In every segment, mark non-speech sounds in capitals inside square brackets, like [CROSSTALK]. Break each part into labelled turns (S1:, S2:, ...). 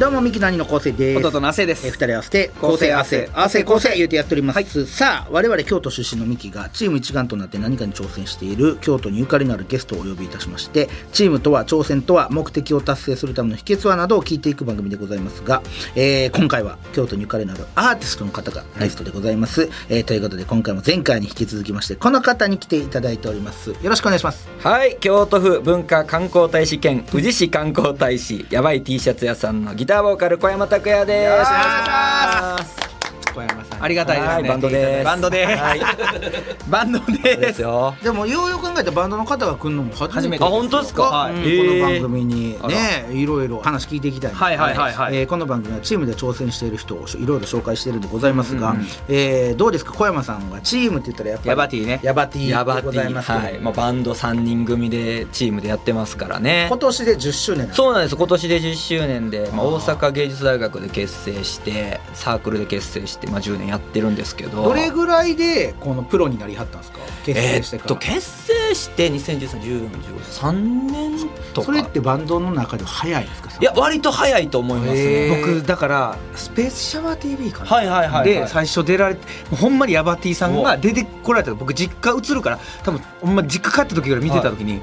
S1: どうもミキの兄の構成です
S2: 弟の亜生で
S1: えー、
S2: す。
S1: 二人合わせて構成合わせ
S2: 構成
S1: 合わせ構成言うてやっております、
S2: はい
S1: さあ我々京都出身のミキがチーム一丸となって何かに挑戦している京都にゆかりのあるゲストをお呼びいたしましてチームとは挑戦とは目的を達成するための秘訣はなどを聞いていく番組でございますが、えー今回は京都にゆかりのあるアーティストの方がゲストでございます、えーということで今回も前回に引き続きましてこの方に来ていただいておりますよろしくお願いします
S2: はい、京都府文化観光大使兼宇治市観光大使やばい T シャツ屋さんのギターボーカル小山拓也です。
S1: よろしくお
S2: 願いします。
S3: 小山さん
S2: ありがたいですね
S3: はバンドです
S2: バンドです
S3: はいバンド
S2: で
S3: ですす
S2: よ。
S1: でもようよく考えたらバンドの方が来るのも初めて
S2: あ本当ですかはい
S1: うん
S2: へー
S1: この番組にねいろいろ話聞いていきたいんです
S3: はいはいはいはい
S1: えーこの番組はチームで挑戦している人をいろいろ紹介しているんでございますが、えーどうですか小山さんはチームって言ったらやっぱり
S3: ヤバティね
S1: ヤバティ
S2: ヤバ
S1: で
S2: テ
S1: ござい
S2: ィ、
S1: ますけど、
S2: はい、もうバンド三人組でチームでやってますからね
S1: 今。年で10周年
S2: そうなんです今年で10周年で、まあ、大阪芸術大学で結成してサークルで結成して、まあ、10年やってるんですけど
S1: どれぐらいでこのプロになりはったんですか結成
S2: え
S1: して
S2: ーっ
S1: から
S2: と、結成して20131415年とか
S1: それってバンドの中では早いですか
S2: いや割と早いと思いますね、
S1: へー
S3: 僕だからスペースシャワー TV かな
S2: はいはいはいはい
S3: で最初出られてもうほんまにヤバティさんが出てこられた時僕実家映るから多分ほんま実家帰った時から見てた時に、なん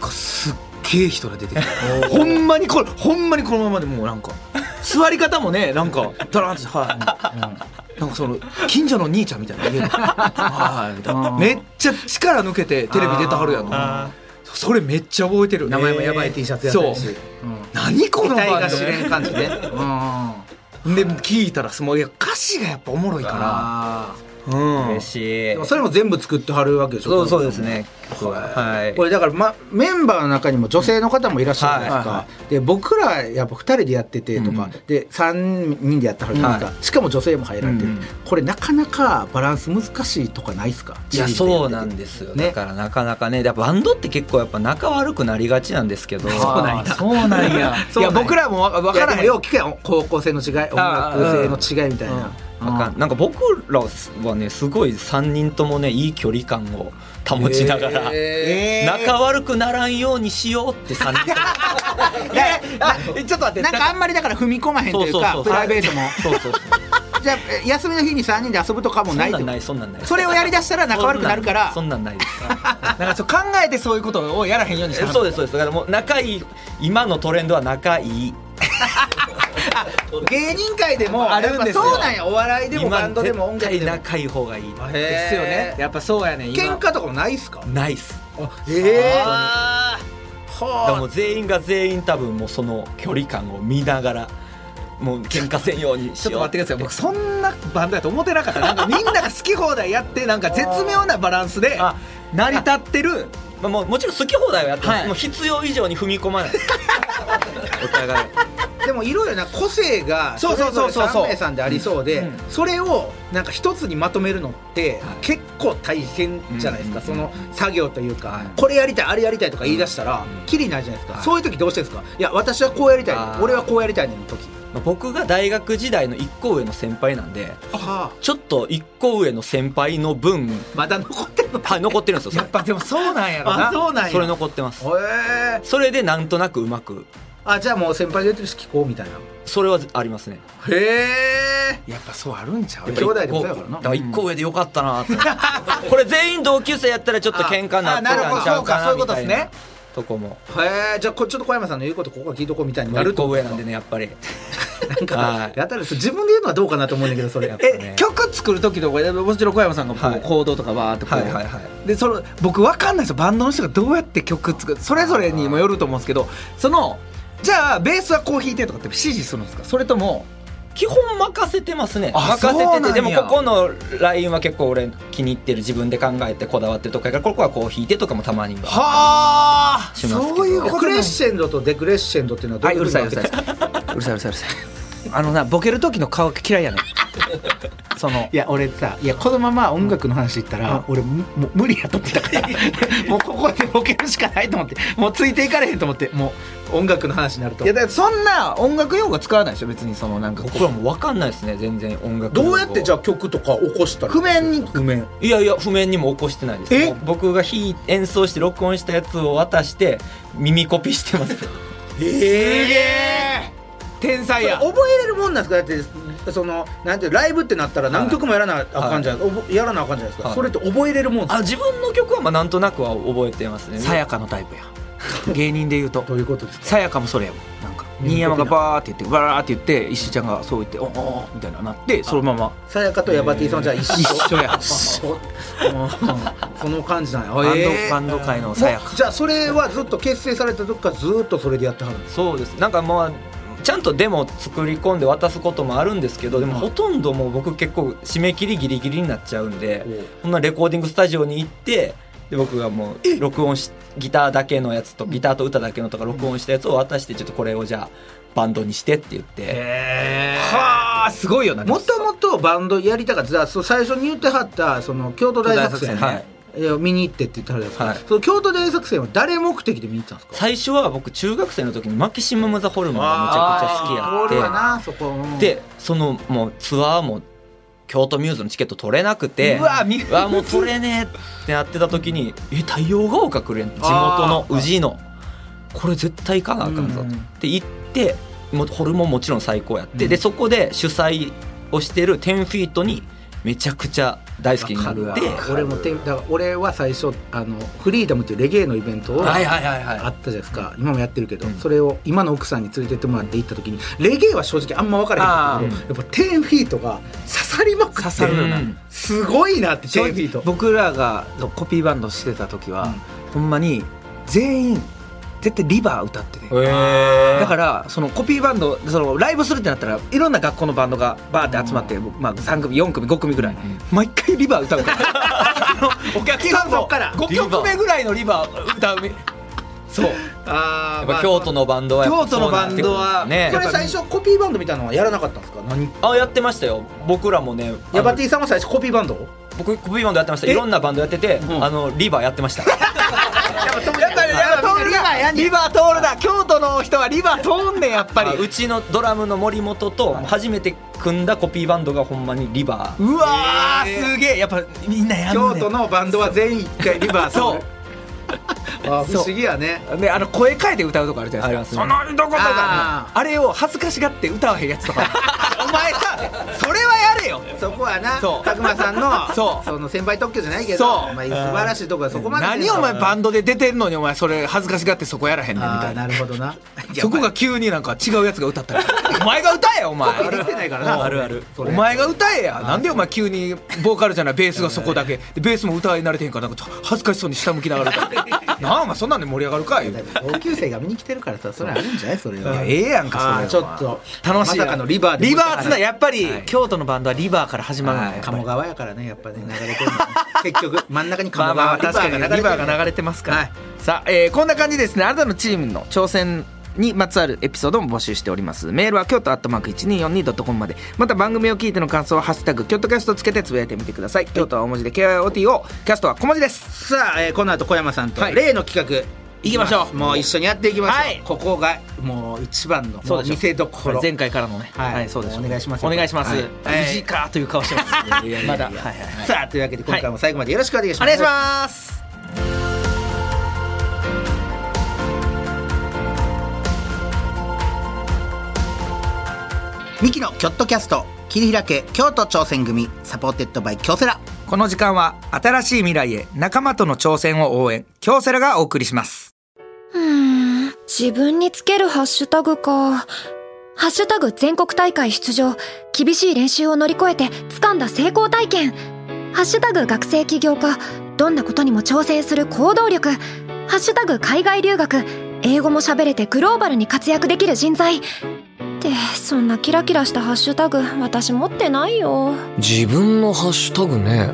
S3: かすっげえ人が出てきたほんまにこれほんまにこのままでもうなんか座り方もねなんかダランってはい、なんかその近所の兄ちゃんみたいな家のはいみたいな
S1: うん
S3: めっちゃ力抜けてテレビ出たはるやのそれめっちゃ覚えてる
S1: 名前もやばい T シャツやったりし、
S3: そう
S1: うん
S3: 何この
S1: 期
S3: バ
S1: 待
S3: ンド
S1: が知れん感じねうん
S3: で聞いたらもういや歌詞がやっぱおもろいか
S1: あー
S3: ら、うん
S2: 嬉、しい
S1: でもそれも全部作ってはるわけでしょ
S2: そうそうですね曲ははい
S1: これだから、ま、メンバーの中にも女性の方もいらっしゃるじゃないですか、
S2: はい
S1: で僕らやっぱ2人でやっててとか、
S2: うん
S1: で3人でやったはるじゃないですか、しかも女性も入られてる、
S2: うん
S1: これなかなかバランス難しいとかないですか
S2: いや
S1: チーム
S2: そう
S1: でやっ
S2: な
S1: てて
S2: んですよ、
S1: ね
S2: だからなかなかねやっぱバンドって結構やっぱ仲悪くなりがちなんですけど
S3: そうなんや [LAUGHS] そうなんや
S1: そう
S3: い
S1: な
S3: や
S1: んや
S3: 僕らもわ分
S1: い
S3: か
S1: やで
S3: ら
S1: も
S3: へん
S1: よう聞くやん高校生の違い音
S3: あー
S1: 楽性の違いみたいな、
S2: わかん [LAUGHS] なんか僕らはねすごい3人ともねいい距離感を保ちながら、
S3: えー
S2: 仲悪くならんようにしようって3人とも
S1: いやいや
S3: あ
S1: [LAUGHS]
S3: えちょっと待っ
S1: な
S3: て
S1: んかあんまりだから踏み込まへんというかプライベー
S2: [LAUGHS]
S1: トも
S2: そうそうそう
S1: じゃあえ休みの日に3人で遊ぶとかも
S2: そん
S1: な
S2: ない
S1: って
S2: ん
S1: こ
S2: ない
S1: と
S2: そんなんない
S1: それをやりだしたら仲悪くなるから
S2: そんなんないです
S3: なんかそう考えてそういうことをやらへんようにした
S2: え
S3: の
S2: そうですそうですだからもう仲いい今のトレンドは仲いい
S1: 芸人界でも
S3: あるんですよ
S1: やっぱそうなんやお笑いでもバンドでも音楽で
S2: 今絶対
S1: も
S2: 仲いい方がいい
S1: へー
S3: ですよねやっぱそうやねん今
S1: 喧嘩とかもないっすか
S2: ナイス
S1: ええ
S2: だから
S1: は
S2: もう全員が全員多分もうその距離感を見ながらもう喧嘩せんようにし
S3: ちょっと
S2: よう
S3: 待ってください僕そんなバンドやと思ってなかったなんかみんなが好き放題やってなんか絶妙なバランスで
S2: あ
S3: 成り立ってる
S2: まあ、もうもちろん好き放題はやってます、
S3: はい
S2: もう必要以上に踏み込まない
S3: [LAUGHS]
S2: お互い
S1: あでもいろいろな個性が
S3: そうそうそうそう
S1: れぞれ3名さんでありそうで、
S2: うん
S1: それをなんか一つにまとめるのって
S2: はい
S1: 結構大変じゃないですか、
S2: うん
S1: その作業というか、
S2: はい
S1: これやりたいあれやりたいとか言い出したら、
S2: うん
S1: きりないじゃないですか、
S2: はい
S1: そういう時どうしてるんですかいや私はこうやりたいね
S2: あー
S1: 俺はこうやりたいねの時
S2: まあ僕が大学時代の1個上の先輩なんで
S1: はあ
S2: ちょっと1個上の先輩の分
S1: まだ残ってんの
S2: はい残ってるんですよ
S3: やっぱでもそうなんやろ
S1: あ
S3: な
S1: そうなん
S2: そ
S1: や
S2: れそれ残ってます
S1: へえ
S2: それでなんとなくうまく
S1: あじゃあもう先輩が言ってるし聞こうみたいな
S2: それはありますね
S1: へえ
S3: やっぱそうあるんちゃう
S1: やっぱり兄弟でもそうやからな
S2: だから1個上でよかったなって [LAUGHS] これ全員同級生やったらちょっと喧嘩になってたんちゃうか
S3: あな
S2: な
S3: るほどそうかそうい
S2: みた
S3: うことっす
S2: い
S3: ね
S2: なとこも
S1: へえじゃあこちょっと小山さんの言うことここは聞いとこうみたいになる
S2: 1
S1: と
S3: [LAUGHS]
S2: 個上なんでねやっぱり
S1: なんか、
S2: はい
S1: やたら自分で言うのはどうかなと思うんだけどそれ
S2: ぱね
S3: え曲作る時とかもちろん小山さんがこ
S2: は
S3: う
S2: い
S3: 行動とかわーってこ
S2: はいはいは
S3: うでその僕わかんないですよバンドの人がどうやって曲作るそれぞれにもよると思うんですけどそのじゃあベースはこう弾いてとかって指示するんですかそれとも
S2: 基本任せてますね
S3: あ
S2: 任
S3: そ
S2: せ
S3: うな
S2: て
S3: ん
S2: て
S3: や
S2: でもここのラインは結構俺気に入ってる自分で考えてこだわってるとこやからここはこう引いてとかもたまには
S3: はあ
S2: しますけど
S3: そういう
S2: え
S3: こと
S1: ク
S3: な
S1: レッ
S3: んや
S1: シェンドとデクレッシェンドっていうのはど
S3: は
S1: うい
S3: いううるさいう
S1: ふ
S3: る
S1: に
S3: さいうるさいうるさいうるさいあのなボケる時の顔が嫌いやねんその
S1: いや俺さいやこのまま音楽の話いったら、
S3: うん
S1: 俺むもう無理やと思った
S3: [LAUGHS]
S1: からもうここでボケるしかないと思ってもうついていかれへんと思ってもう音楽の話になると
S3: いやだからそんな音楽用語使わないでしょ別にそのなんかこ
S2: 僕らも分かんないですね全然音楽
S1: どうやってじゃ
S2: ゃ
S1: あ曲とか起こしたり
S3: 譜面に
S1: 譜面
S2: いやいや譜面にも起こしてないです
S3: え
S2: もう僕が弾い演奏して録音したやつを渡して耳コピーしてます
S1: ええ
S3: 天才や
S1: 覚えれるもんなんですかだってそのなんていうライブってなったら何曲もやらなあかんじゃん、おぼやらなあかんじゃないですか、
S2: はい
S1: それって覚えれるもんです
S2: [LAUGHS] あ
S1: か
S2: 自分の曲はまあなんとなくは覚えてますね
S3: さやかのタイプや芸人で言うと
S1: どういうことですか
S3: さやかもそれやもんなんか
S1: 耳コピーな
S3: 新山がバーって言ってバーって言って石井ちゃんがそう言っておんおんみたいななってそのまま
S1: さやかとヤバティさんじゃあ一緒
S3: 一緒
S1: [LAUGHS]
S3: や
S1: 一緒うんその感じなんや
S3: バンド,、
S1: ええ
S3: バンド界のさや
S1: も
S3: か
S1: うじゃあそれはずっと結成された時からずっとそれでやってはるんです
S2: そうですなんかまあちゃんとデモ作り込んで渡すこともあるんですけどでもほとんどもう僕結構締め切りギリギリになっちゃうんでそんなレコーディングスタジオに行ってで僕がもう録音しギターだけのやつとギターと歌だけのとか録音したやつを渡してちょっとこれをじゃあバンドにしてって言って
S3: へえはあすごいよな
S1: もともとバンドやりたかっただからそう最初に言ってはったその京都大作戦、ね
S2: はい
S1: いや見に行ってって言ってはるやつ、
S2: はい
S1: その京都大作戦は誰目的で見に行ったんですか
S2: 最初は僕中学生の時にマキシマム・ザ・ホルモンがめちゃくちゃ好き
S1: あーゴール
S2: や
S1: は
S2: って。
S1: なそこ、うん
S2: でそのもうツアーも京都ミューズのチケット取れなくて
S3: うわみ
S2: うわもう取れねえってなってた時に「え太陽が丘くれん」地元の宇治のこれ絶対行かなあかんぞ
S1: う
S2: っ
S1: ん
S2: て行ってもうホルモンもちろん最高やって、でそこで主催をしてる10フィートにめちゃくちゃ大好きになって
S1: わ
S2: は
S1: か
S2: い
S1: るわ俺もてだから俺は最初あのフリーダムっていうレゲエのイベントを
S2: はいはい
S1: あ
S2: は
S1: ったじゃないですか今もやってるけど、
S2: うん
S1: それを今の奥さんに連れてってもらって行った時にレゲエは正直あんま分からへんかったけどやっぱテンフィートが刺さりまくって
S3: 刺
S2: い
S3: さるよな
S2: うん
S1: すごいなってテン
S3: [LAUGHS] 正
S1: フィート
S3: 直僕らがコピーバンドしてた時は、ほんまに全員絶対リバー歌ってて、だからそのコピーバンドそのライブするってなったらいろんな学校のバンドがバーって集まって、まあ、3組4組5組ぐらい、毎回リバー歌 [LAUGHS] うからあのお客さん
S1: そ
S3: も
S1: っから
S3: 5曲目ぐらいのリバー歌うそう
S1: あ
S2: やっぱ京都のバンドはやっぱ
S3: 京都のバンドは
S2: そうなってくる
S1: そ
S2: んです
S1: れ
S2: ね
S1: 最初コピーバンドみたいなのはやらなかったんですか何
S2: あやってましたよ僕らもねあの
S1: ヤバティさんは最初コピーバンドを
S2: 僕コピーバンドやってましたいろんなバンドやってて、
S1: うん
S2: あのリバーやってました
S3: やっぱりやっぱ通るなリバー通るな京都の人はリバー通んねんやっぱり
S2: あうちのドラムの森本と初めて組んだコピーバンドがほんまにリバー
S3: うわ
S1: え
S3: ー
S1: ー
S3: すげえやっぱみんなやんねん
S1: 京都のバンドは全員一回リバー
S3: そう
S1: [LAUGHS] あー不思議やね
S3: うねあの声変えて歌うとこあるじゃないですか
S2: あります
S3: そのどことか
S1: あ
S3: あれを恥ずかしがって歌わへんやつと
S1: [LAUGHS]
S3: かお前さそれはやれよ
S1: そこはな
S3: そう
S1: 拓磨さんの
S3: そう
S1: の先輩特許じゃないけど
S3: そう
S1: まあ、素晴らしいとこはそこまで
S3: 何お前バンドで出てんのにお前それ恥ずかしがってそこやらへんねんみ
S1: あ
S3: た
S1: ー
S3: いな
S1: なるほどな
S3: [LAUGHS] そこが急になんか違うやつが歌ったりお前が歌えよお前
S1: [LAUGHS] コピーできてないからな
S3: うん
S1: あるあるそれ
S3: お前が歌えやなんでお前急にボーカルじゃないベースがそこだけでベースも歌い慣れてへんからなんか恥ずかしそうに下向きながら
S1: [LAUGHS]
S3: 歌ってなあお前そんなんで盛り上がるかい言うて
S1: 同級生が見に来てるからさそれあるんじゃないそれ
S3: いや
S1: は
S3: ええやんかそ
S1: あ
S3: れ
S1: ー
S3: は
S1: ちょっと
S3: 楽しい
S1: ま
S3: やん
S1: さかのリバーで
S3: リバーっつうのは
S1: や
S3: やっぱり京都のバンドはリバーから始まるのよやっぱり
S1: 鴨川やからねやっぱね流れてるのね
S3: [LAUGHS]
S1: 結局真ん中に
S3: ま
S1: 鴨
S3: あま
S1: 川
S3: あ確かにリバーが流れてますから、
S1: はい
S3: さあ、えーこんな感じでですねあなたのチームの挑戦にまつわるエピソードも募集しておりますメールは京都アットマーク 1242.com までまた番組を聞いての感想は「ハッシュタグ京都キャスト」つけてつぶやいてみてください京都は大文字で KYOT をキャストは小文字です
S1: さあ、えーこの後小山さんと
S3: はい
S1: 例の企画
S3: 行きましょう
S1: もう一緒にやっていきましょう、
S3: はい
S1: ここがもう一番のもう見せどころ
S3: 前回からのね
S1: はいお願いします
S3: お願いします、
S1: はい
S3: 意地かという顔してますま [LAUGHS] だはいはいはい
S1: さあというわけで今回も最後までよろしくお願いし
S3: お
S1: ます、
S3: 願いします
S1: ミキのキョットキャスト切り開け京都挑戦組サポーテッドバイ京セラ
S3: この時間は新しい未来へ仲間との挑戦を応援京セラがお送りします
S4: うーん自分につけるハッシュタグか。ハッシュタグ全国大会出場。厳しい練習を乗り越えて掴んだ成功体験。ハッシュタグ学生起業家。どんなことにも挑戦する行動力。ハッシュタグ海外留学。英語も喋れてグローバルに活躍できる人材。って、そんなキラキラしたハッシュタグ私持ってないよ。
S5: 自分のハッシュタグね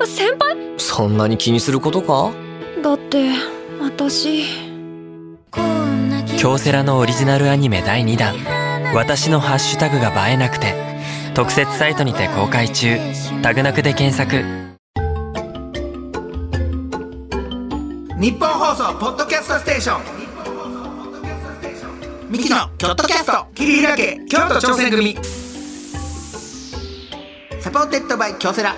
S4: あ、先輩
S5: そんなに気にすることか
S4: だって、私。
S5: 京セラのオリジナルアニメ第2弾「私のハッシュタグが映えなくて」
S6: 特設サイトにて公開中タグナクで検索
S1: 日本放送ポッドキャストステーションミキのキョットキャスト切り開け京都挑戦組サポーテッドバイ京セラ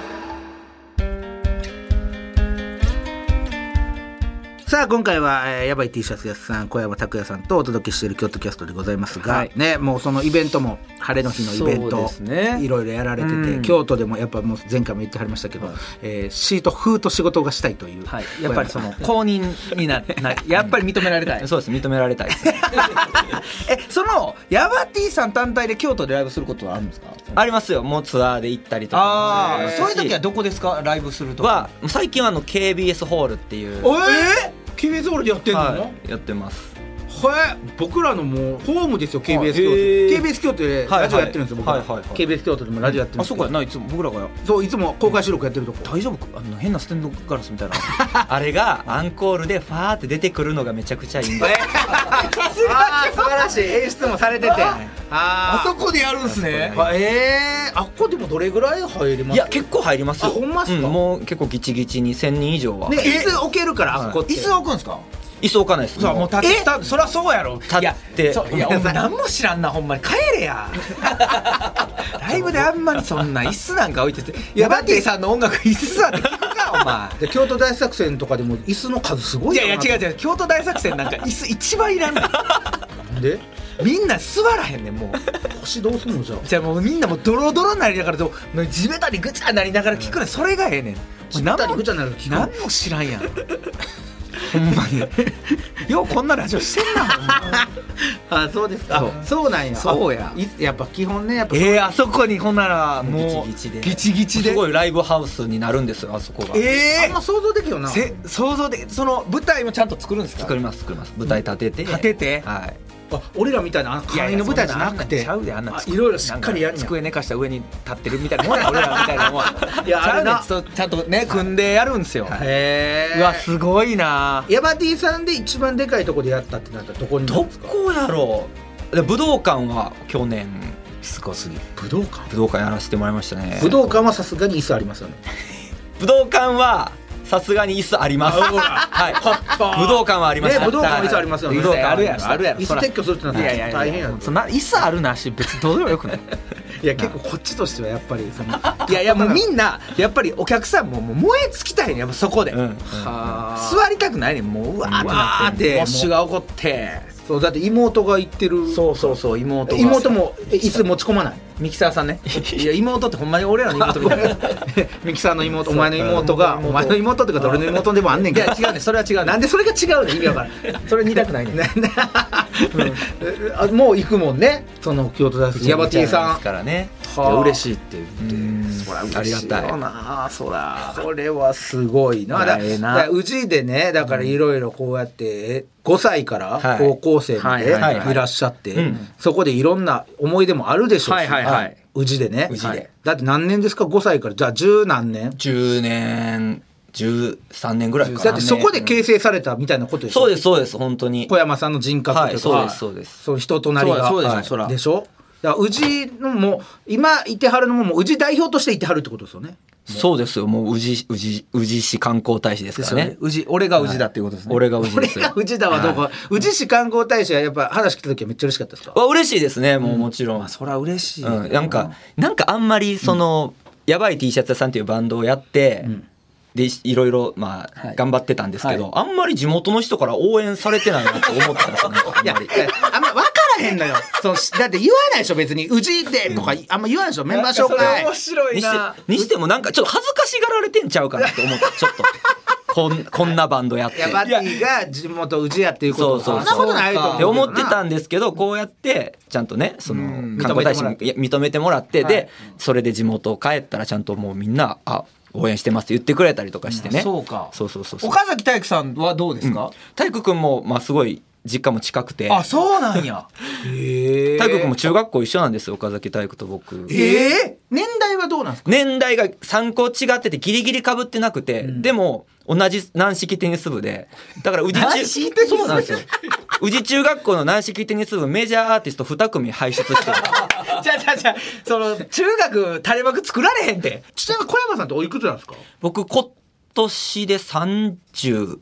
S1: さあ今回は、えー、やばい T シャツやすさん小山拓也さんとお届けしている京都キャストでございますが、
S3: はい
S1: ねもうそのイベントも晴れの日のイベン
S3: そう
S1: ト
S3: です、ね
S1: いろいろやられてて、
S3: うん
S1: 京都でもやっぱもう前回も言ってはりましたけど、えーシート風と仕事がしたいという、
S3: はい、やっぱりその公認にな [LAUGHS] なやっぱり認められたい
S2: そうです認められたい [LAUGHS] ですね
S3: えそのヤバティさん単体で京都でライブすることはあるんですか
S2: ありますよもうツアーで行ったりとか
S3: あ
S2: も
S3: あ
S2: し
S3: そう
S2: ます
S3: い
S2: し
S3: う時はどこですかライブすると
S2: は最近はあの KBS ホールっていう
S1: おえー、KBS ホールでやってんの、は
S2: はいい、やってます
S1: 僕らのもうホームですよ KBS 京都、
S2: へー
S1: KBS 京都でラジオやってるんですよ、
S2: は
S1: 僕ら、
S2: いはいはいはいはい
S1: KBS 京都でもラジオやってるん
S3: あ
S1: です
S3: そ
S1: け
S3: う
S1: ど
S3: かないつも僕らが
S1: そういつも公開収録やってるとこ
S3: 大丈夫かあの変なステンドガラスみ
S2: [LAUGHS]
S3: たいな
S2: あれがアンコールでファーって出てくるのがめちゃくちゃいいんで
S1: ああ素晴らしい演出もされててあ
S3: そこでやるんすね
S1: あええあっこでもどれぐらい入りま
S2: い
S1: す
S2: や結構入りますよ
S1: あほんまっすか
S2: うもう結構ギチギチに1000人以上は、
S1: ね椅子置けるからあそこって
S3: 椅子置くんですか
S2: 椅子置かないです
S3: そうもう立ってたそりゃそうやろ
S2: 立って
S3: いやそういやお前何も知らんなほんまに帰れ [LAUGHS] やライブであんまりそんな椅子なんか置いててヤバティさんの音楽椅子座って聞くか
S1: で京都大作戦とかでも椅子の数す
S3: お
S1: ごい
S3: 前いやいや違う違う京都大作戦なんか椅子一番いらんの
S1: うで
S3: みんな座らへんねんもう
S1: 腰どうすんのじゃあ
S3: じゃあもうみんなもうドロドロになりながらどうもう地べたにぐちゃになりながら聞くねんそれがええねん
S1: 地べたにぐちゃになるの聞く
S3: 何も知らんやんほんまにようこんなラジオしてんなほんま
S1: あそうですか
S3: そう
S1: あ [LAUGHS] そうなんや
S3: そうや
S1: あいやっぱ基本ねやっぱ
S3: えー、あそこにほんならもう
S2: ギチギチで
S3: ギチギチです
S2: ごいライブハウスになるんですよあそこが
S1: あ
S3: え
S1: んま想像できるよ
S3: ー、
S1: な
S3: せ想像でその舞台もちゃんと作るんですか
S2: 作ります作ります舞台立てて
S3: 立てて
S2: はい
S1: あ俺らみたいな会員の舞台じゃなくて
S3: ちゃうであんな
S1: あいろいろしっかりやるんや
S3: 机寝かした上に立ってるみたいなもんや俺らみたいなもん
S1: [LAUGHS] いや
S3: ちゃうね
S1: あれな
S3: そうちゃんとね組んでやるんですよ、
S1: へえ
S3: うわすごいな
S1: ヤバティさんで一番でかいとこでやったってなったらどこになる
S2: ど
S1: んですか
S2: こやろうで武道館は去年
S3: すごすぎ
S1: 武道館
S2: 武道館やらせてもらいましたね
S1: 武道館はさすがに椅子ありますよね
S2: 武道館はさすがに椅子ありますはい武道館はありました
S1: ね武道館も椅子ありますよね
S2: 武道館
S3: あるやろあるやろ
S1: 椅子撤去するってなった
S3: い
S1: らち
S3: やい
S1: ょっ
S3: や
S1: と大変や
S3: ん
S1: ん
S3: そんな椅子あるなし別にどうでもよ
S2: [LAUGHS]
S3: くない
S1: いや結構こっちとしてはやっぱりそ [LAUGHS] の
S3: いやいやもうみんなやっぱりお客さんももう燃え尽きたいねんやっぱそこで、
S2: うんうん
S3: 座りたくないねんもううわーってなって
S1: うわーって
S3: モッシュが起こって
S1: そうだって妹が行ってる
S3: そうそうそう妹が
S1: 妹もえ椅子持ち込まない
S3: ミキサーさん
S1: [LAUGHS]
S3: ねいや妹ってほんまに俺らの妹みたいない
S1: ミキサーの妹お前の妹が
S3: そう
S1: お前の妹っていうかどれの妹でもあんねんけど
S3: や違うねそれは違
S1: な
S3: うね
S1: んでそれが違うの意味わからん
S3: [LAUGHS] それ見た
S1: [LAUGHS]
S3: くないねん
S1: あもう行くもんねその京都大好きヤバティさん
S2: からね
S1: はあ
S3: 嬉しいって言ってそら
S2: あり
S3: 嬉
S2: が
S3: しい
S2: たい
S3: よなそら
S1: これはすごいな。だ
S3: いやええな
S1: だうちでね、だからいろいろこうやって、5歳から
S2: はい
S1: 高校生ま
S3: はいはいは
S1: で
S3: い
S1: いらっしゃって、
S2: うん
S1: そこでいろんな思い出もあるでしょうし、
S3: はいはいはい
S1: 宇治でね。
S2: 宇治で
S1: はいだって何年ですか、5歳から。じゃあ十何年
S2: 10年13年ぐらいかな
S1: だってそこで形成されたみたいなことでしょ
S2: そうですそうです本当に
S1: 小山さんの人格というか、
S2: はいそうですそうです
S1: の人となりが
S3: そうだそうでしょ
S1: はい
S3: そら
S1: でしょだから宇治のもう今いてはるのももう宇治代表としていてはるってことですよね
S2: そうですよもう宇治宇治宇治市観光大使ですからね
S3: 宇治俺が宇治だっていうことですね
S2: 俺が宇治
S1: これ
S2: です
S1: が
S2: よ
S1: 宇治田はどうか、宇治市観光大使はやっぱ話来た時はめっちゃ嬉しかったですか
S2: わ嬉しいですねもうもちろん、
S3: まあそら嬉しい
S2: うん、なんかなんかあんまりその、やばい T シャツ屋さんっていうバンドをやって、でいいろいろまあ、頑張ってたんですけど、あんまり地元の人から応援されてないなと思ってたんですよね
S1: いや、いやあんま分からへんのよ。そうしだって言わないでしょ、別に。うちでとか、あんま言わないでしょ、メンバー紹介。
S3: 白
S2: にしてにしてもなんかちょっと恥ずかしがられてんちゃうかなと思ってちょっとこんこんなバンドやって
S1: ヤバティが地元うちやっていうこ
S2: そう
S1: と
S2: そう
S1: そんなことないと思う
S2: っ
S1: け
S2: て
S1: どな。
S2: 思ってたんですけどこうやってちゃんとねその観光大使にいや認めてもらってでそれで地元を帰ったらちゃんともうみんな「あ応援してます」って言ってくれたりとかしてね
S3: そうか
S2: そうそうそうそう
S3: 岡崎体育さんはどうですか
S2: 体育くんもまあすごい実家も近くて
S3: あそうなん [LAUGHS] や
S1: へえ
S2: 体育くんも中学校一緒なんですよ岡崎体育と僕
S1: ええ年代はどうなんですか
S2: 年代が3校違っててギリギリかぶってなくて、でも同じ軟式テニス部でだから宇治中そうなんですよ宇治中学校の軟式テニス部メジャーアーティスト2組輩出してる
S3: じゃあじゃあじゃあその中学垂れ幕作られへんって
S1: ちなみに小山さんっておいくつなんですか
S2: 僕今年で30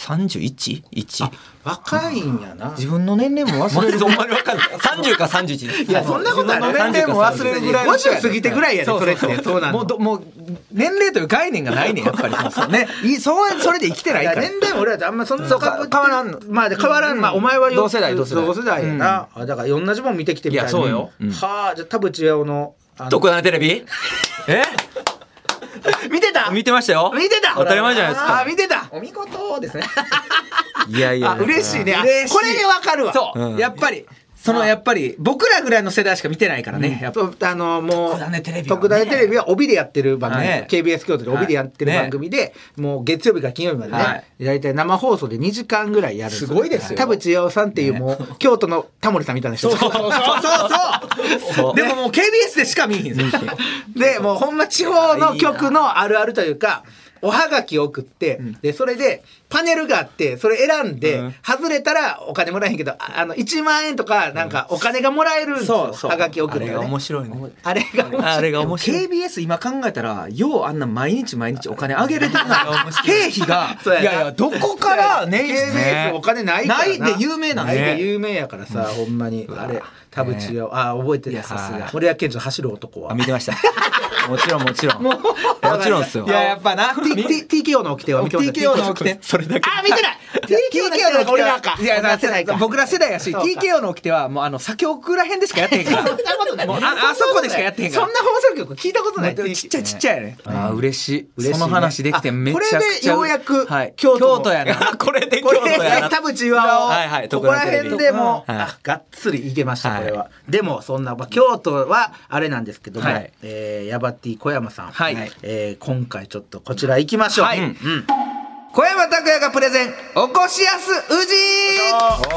S2: 31? 1?
S1: 若いんやな
S3: 自分の年齢も忘れる
S2: ほんまにわかんない。30か31です。い
S1: やそんなことない
S3: 年齢も忘れるぐらいの人や
S1: 50過ぎてぐらいやでそれってそうなの
S3: もうどもう年齢という概念がないねんやっぱり
S1: [LAUGHS]
S3: そうねいそうそれで生きてないいか
S1: や
S3: ら
S1: 年齢も俺らとあんまそんな
S3: か
S1: 変わらんまあで変わらん、まあお前はよ
S3: 同世代同世代
S1: 同世代やな、あだから同じもん見てきてみたいない
S3: やそうよ
S1: はあじゃあ田淵八尾のあの
S2: 特大テレビえ
S1: 見てた
S2: 見てましたよ。
S1: 見てた
S2: 当たり前じゃないですか
S1: あ見てたお見事ですね
S2: いやいや。
S1: あ嬉しいねあ
S3: 嬉しい
S1: これでわかるわ
S3: そう、
S2: うん
S3: やっぱりそのやっぱり僕らぐらいの世代しか見てないからね、やっぱ
S1: あのもう
S3: 特大ねテレビはね
S1: 特大テレビは帯でやってる番組、
S3: ね
S1: KBS 京都で帯でやってる
S3: はい
S1: 番組で、もう月曜日から金曜日までね、
S3: はい
S1: 大体生放送で2時間ぐらいやるん
S3: すごいですよ
S1: 田淵八尾さんっていうもう、京都のタモリさんみたいな人
S3: そうそうそう
S2: そう
S3: でももう KBS でしか見えへんすよ
S1: でもうほんま地方の局のあるあるというかおはがきを送って、でそれでパネルがあってそれ選んで、外れたらお金もらえへんけどああの1万円とかなんかお金がもらえるんですよ、
S3: そうそう
S1: はがき送
S2: あ
S1: ると
S2: れ
S1: ね
S2: が面白いね。
S1: あれが面白い
S2: あれが面白い。
S3: KBS 今考えたらようあんな毎日毎日お金あげれてるな経費が
S1: そうやない
S3: やいやどこからね
S1: KBS お金ないから
S3: ないで有名なんですね
S1: いで有名やからさ、ほんまにあれ田淵を、あ覚えてる
S2: いやさすが
S1: 森脇健児の走る男は
S2: あ見てました。もちろんもちろん。もちろんっすよ
S3: い。ややっぱな
S1: T- T- TKO の起きては見てました
S3: TKO の起きて
S2: それだけ。
S1: あ見てない
S3: [LAUGHS]
S1: TKO の起きては俺らか
S3: いや
S1: 俺ら世代か
S3: 僕ら世代やし
S1: そうか
S3: TKO の起きてはもうあの左京区らへんでしかやってへんから
S1: そんなことない
S3: もうああそこでしかやってへんから
S1: そんな放送局聞いたことない
S3: ちっちゃいちっちゃいやね。あー嬉しい。
S1: 嬉しいね
S3: その話できてめちゃくちゃ。
S1: あこれでようやく
S3: はい
S1: 京都も
S3: 京都やな。
S1: [LAUGHS]
S2: これで京
S1: こ
S2: 都
S1: れ
S2: やな。
S1: 田淵は
S2: はいはい
S1: ここら辺でもう、
S2: はい
S1: あがっつりいけました
S2: はい
S1: これは、でもそんな、まあ、京都はあれなんですけども、
S3: はい
S1: えーヤバティ小山さん、
S3: はい
S1: えー今回ちょっとこちら行きましょう、
S3: はい
S1: うんうん
S3: 小山拓也がプレゼン、おこしやす宇治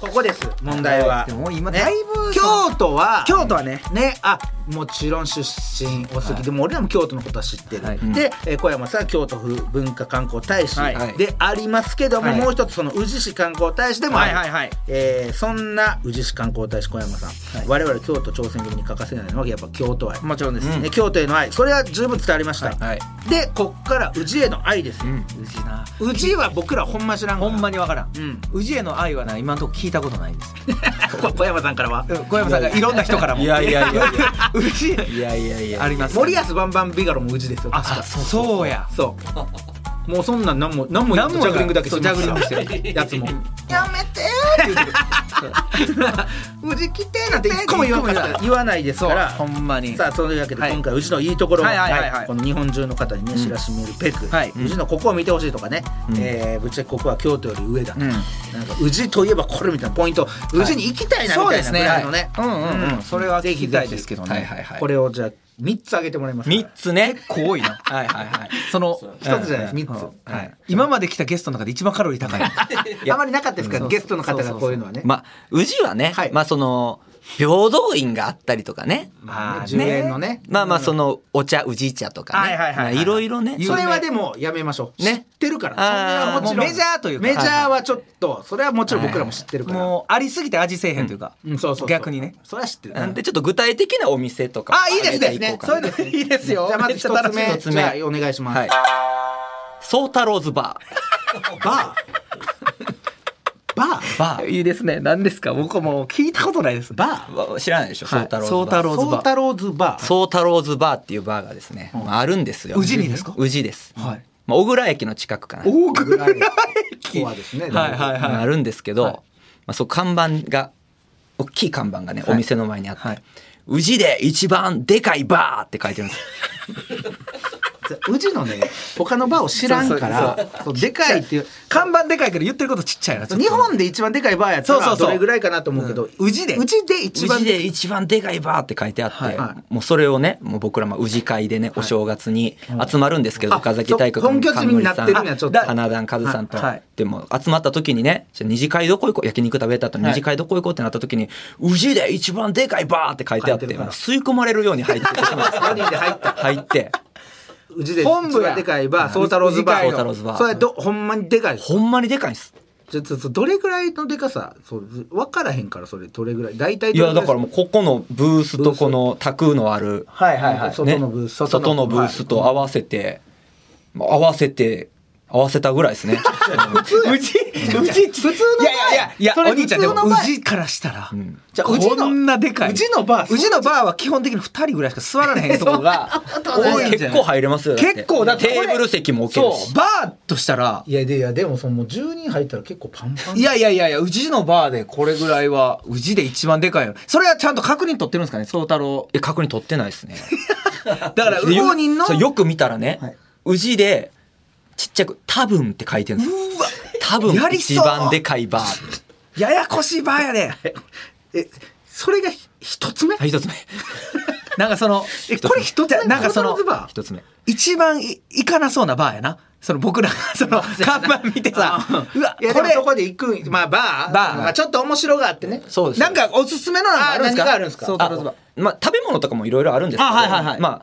S1: ここです問題は、
S3: でも今だいぶ、
S1: 京都は
S3: 京都はね、
S1: ね、あもちろん出身お好き、でも俺らも京都のことは知ってる、
S3: はい
S1: で、えー小山さん京都府文化観光大使
S3: はい
S1: でありますけども、
S3: はい
S1: もう一つその宇治市観光大使でもある、
S3: はいはいはい
S1: えーそんな宇治市観光大使小山さん、我々京都朝鮮組に欠かせないのはやっぱ京都愛、
S3: もちろんです。
S1: ね、京都への愛それは十分伝わりました、
S3: はい
S1: でこっから宇治への愛ですよ、
S3: 宇治な。
S1: 宇治は僕らほんま知らんか
S3: ほ
S1: ら
S3: んまにわからん
S1: うん。
S3: 宇治への愛はな、今のとこ聞いたことないんです。
S1: [LAUGHS] 小山さんからは
S3: 小山さんがいろんな人からも。
S2: いやいやいやいや。
S3: [LAUGHS] 宇治
S2: いやいやいや。
S3: あります。
S1: 森保バンバンビガロも宇治ですよ
S3: あ、
S1: 確か
S3: そうそうや。
S1: そう。もうそんなんなんもなんも言う
S3: 何も
S1: ジャグリングだけ
S3: そうジャグリン
S1: ま
S3: グし
S1: す
S3: て
S1: から
S3: る
S1: やつ [LAUGHS] も。
S3: やめて
S1: 宇治来てなんて一個も言わなかった言わないですから。
S3: ほんまに。
S1: さあそういうわけで
S3: はい
S1: 今回宇治のいいところを
S3: はいはいはいはい
S1: この日本中の方にね知らしめるべく
S3: はい
S1: 宇治のここを見てほしいとかねえーぶっちゃけここは京都より上だとか
S3: うん
S1: なんか宇治といえばこれみたいなポイント宇治に行きたいなみたいなぐらいのね
S3: そうですねはいうんうんうんそれは
S1: ぜひぜひ
S3: 聞きたいですけどね
S1: はいはいはいこれをじゃあ3つ挙げてもらいますから
S2: 3つね。
S3: 結構多いな。はいはいはい。その、
S1: 一つじゃないです三つ
S3: うんはい今まで来たゲストの中で一番カロリー高い。
S1: あまりなかったですから
S3: うん
S1: ゲストの方がこういうのはね
S2: まあ、宇治はね
S1: はい、
S2: まあその、平等院があったりとかね。
S3: ま
S1: 10円のね
S2: まあまあその、お茶、宇治茶とか
S3: はい
S2: ね。
S3: はいはい
S2: ま
S3: は
S2: あ
S3: い
S2: いろいろね。
S1: それはでもやめましょう、
S2: ね
S1: 知ってるから
S2: あー
S1: それはもちろん
S3: もうメジャーというか
S1: メジャーはちょっとそれはもちろん僕らも知ってるから、
S3: もうありすぎて味せえへんというか、
S1: うんそうそうそう
S3: 逆にね。
S1: それは知ってる、
S2: なんでちょっと具体的なお店とか
S3: あいいですね
S2: 挙げてこうか
S1: そ
S2: な
S1: ういうのですね
S3: いいですよ
S1: じゃあまず
S3: めっちゃ
S1: 一つ
S3: 楽し
S1: 目
S3: い
S2: 一つ目
S1: じゃあお願いします、
S2: はい。ソータローズバ
S1: バーバー
S2: ー。バ
S3: いいですね。何ですか僕もう聞いたことな
S1: [LAUGHS]
S3: いです。バ
S2: ー。知らないでしょ、ソータローズバー。
S3: ソータローズ
S1: ソータローズバー
S2: ソータローズバーっていうバーがですね、まあ、あるんですよ。
S3: 宇治にですか
S2: 宇治です。
S3: はい
S2: まあ、小倉駅の近くかな。
S3: 大倉駅
S1: ここはですね
S3: はいはいはい。
S2: まああるんですけど、まあ、そう看板が大きい看板がね、お店の前にあって、
S3: はい
S2: 宇治で一番でかいバーって書いてるんですよ。
S1: 宇治のね他のバーを知らんからそうでかいっていう
S3: 看板でかいけど言ってることちっちゃいな。ちょっと
S1: 日本で一番でかいバーやった
S3: そうそ
S1: ら
S3: うそう
S1: どれぐらいかなと思うけど、
S3: うん宇治で
S1: 宇治で一
S2: 宇
S1: 番
S2: 治
S1: でか
S2: で
S1: い
S2: 一番でかいバーって書いてあって、
S1: は
S2: もうそれをねもう僕らまあ宇治会でね、お正月に集まるんですけど、
S1: あ
S2: 岡崎体育館
S1: そ本拠地になってるんや
S2: 冠
S1: ちょっと
S2: さん花壇和さんと、
S3: はいはい
S2: でも集まった時にねじゃあ二次会どこ行こう焼肉食べた後に二次会どこ行こうってなった時に、宇治で一番でかいバーって書いてあっ
S1: 書いて
S2: て
S1: るから
S2: もう吸い込まれるように入ってきてしまうんですよ
S1: [LAUGHS] 四人で入った
S2: 入って
S1: 宇治で一
S3: 本部や
S1: 番でかいバーソータローズバー
S3: 宇治街の
S2: ソータローズバー
S1: それどほんまにでかいです
S2: ほんまにでかいんです
S1: ちょっとどれぐらいのでかさそう分からへんからそれどれぐらい大体
S2: い
S1: どれ
S2: や
S1: ぐ
S2: だ
S1: い
S2: からもうここのブースとこのタクのある、
S1: はいはいはい
S2: ね
S1: 外のブース
S2: 外のブースと合わせて、まあ合わせて合わせたぐらいですね。
S3: うちうち普通のいやいやいや
S1: それ
S3: お兄ちゃん
S1: 普
S3: で
S1: 通の
S3: もう
S1: 前
S3: ちからしたら、
S2: ん
S3: じゃあ
S1: うちの
S3: こんなでかいう
S1: ちのバー
S3: うちのバーは基本的に2人ぐらいしか座られへんとこが多いんじ
S2: 結
S3: ゃない
S2: 構入れますよ。だって
S3: 結構だって
S2: テーブル席も置ける
S3: そう
S2: し。
S3: バーとしたら
S1: いやでいやでもそのもう10人入ったら結構パンパン
S3: いやいやいやいやうちのバーでこれぐらいはうちで一番でかいよそれはちゃんと確認取ってるんですかね宗太郎
S2: え確認取ってないですね。
S3: だから
S2: で
S3: 魚人の
S2: そうよく見たらね、
S3: はいう
S2: じでちっちゃく多分って書いてるんですよ。多分
S3: やりそう
S2: 一番でかいバーって。
S3: ややこしいバーやで
S1: えそれがひ一つ目
S2: はい一つ目
S3: なんかそのえこれ一つなんかその
S1: コートルズバー
S2: 一つ目。
S3: 一番いいかなそうなバーやなその
S1: [LAUGHS]
S3: 僕らがその看板見てさうわ
S1: いや
S3: こ
S1: でも
S3: れ
S1: そこで行くんまあバー
S3: バー
S1: まあ、ちょっと面白があってね
S2: そうです。
S3: なんかおすすめのなんかあるんですか
S1: あ何があるんですか
S3: 宗太郎ズバー
S2: まあ、食べ物とかもいろいろあるんですけど
S3: あはいはいはい
S2: まあ、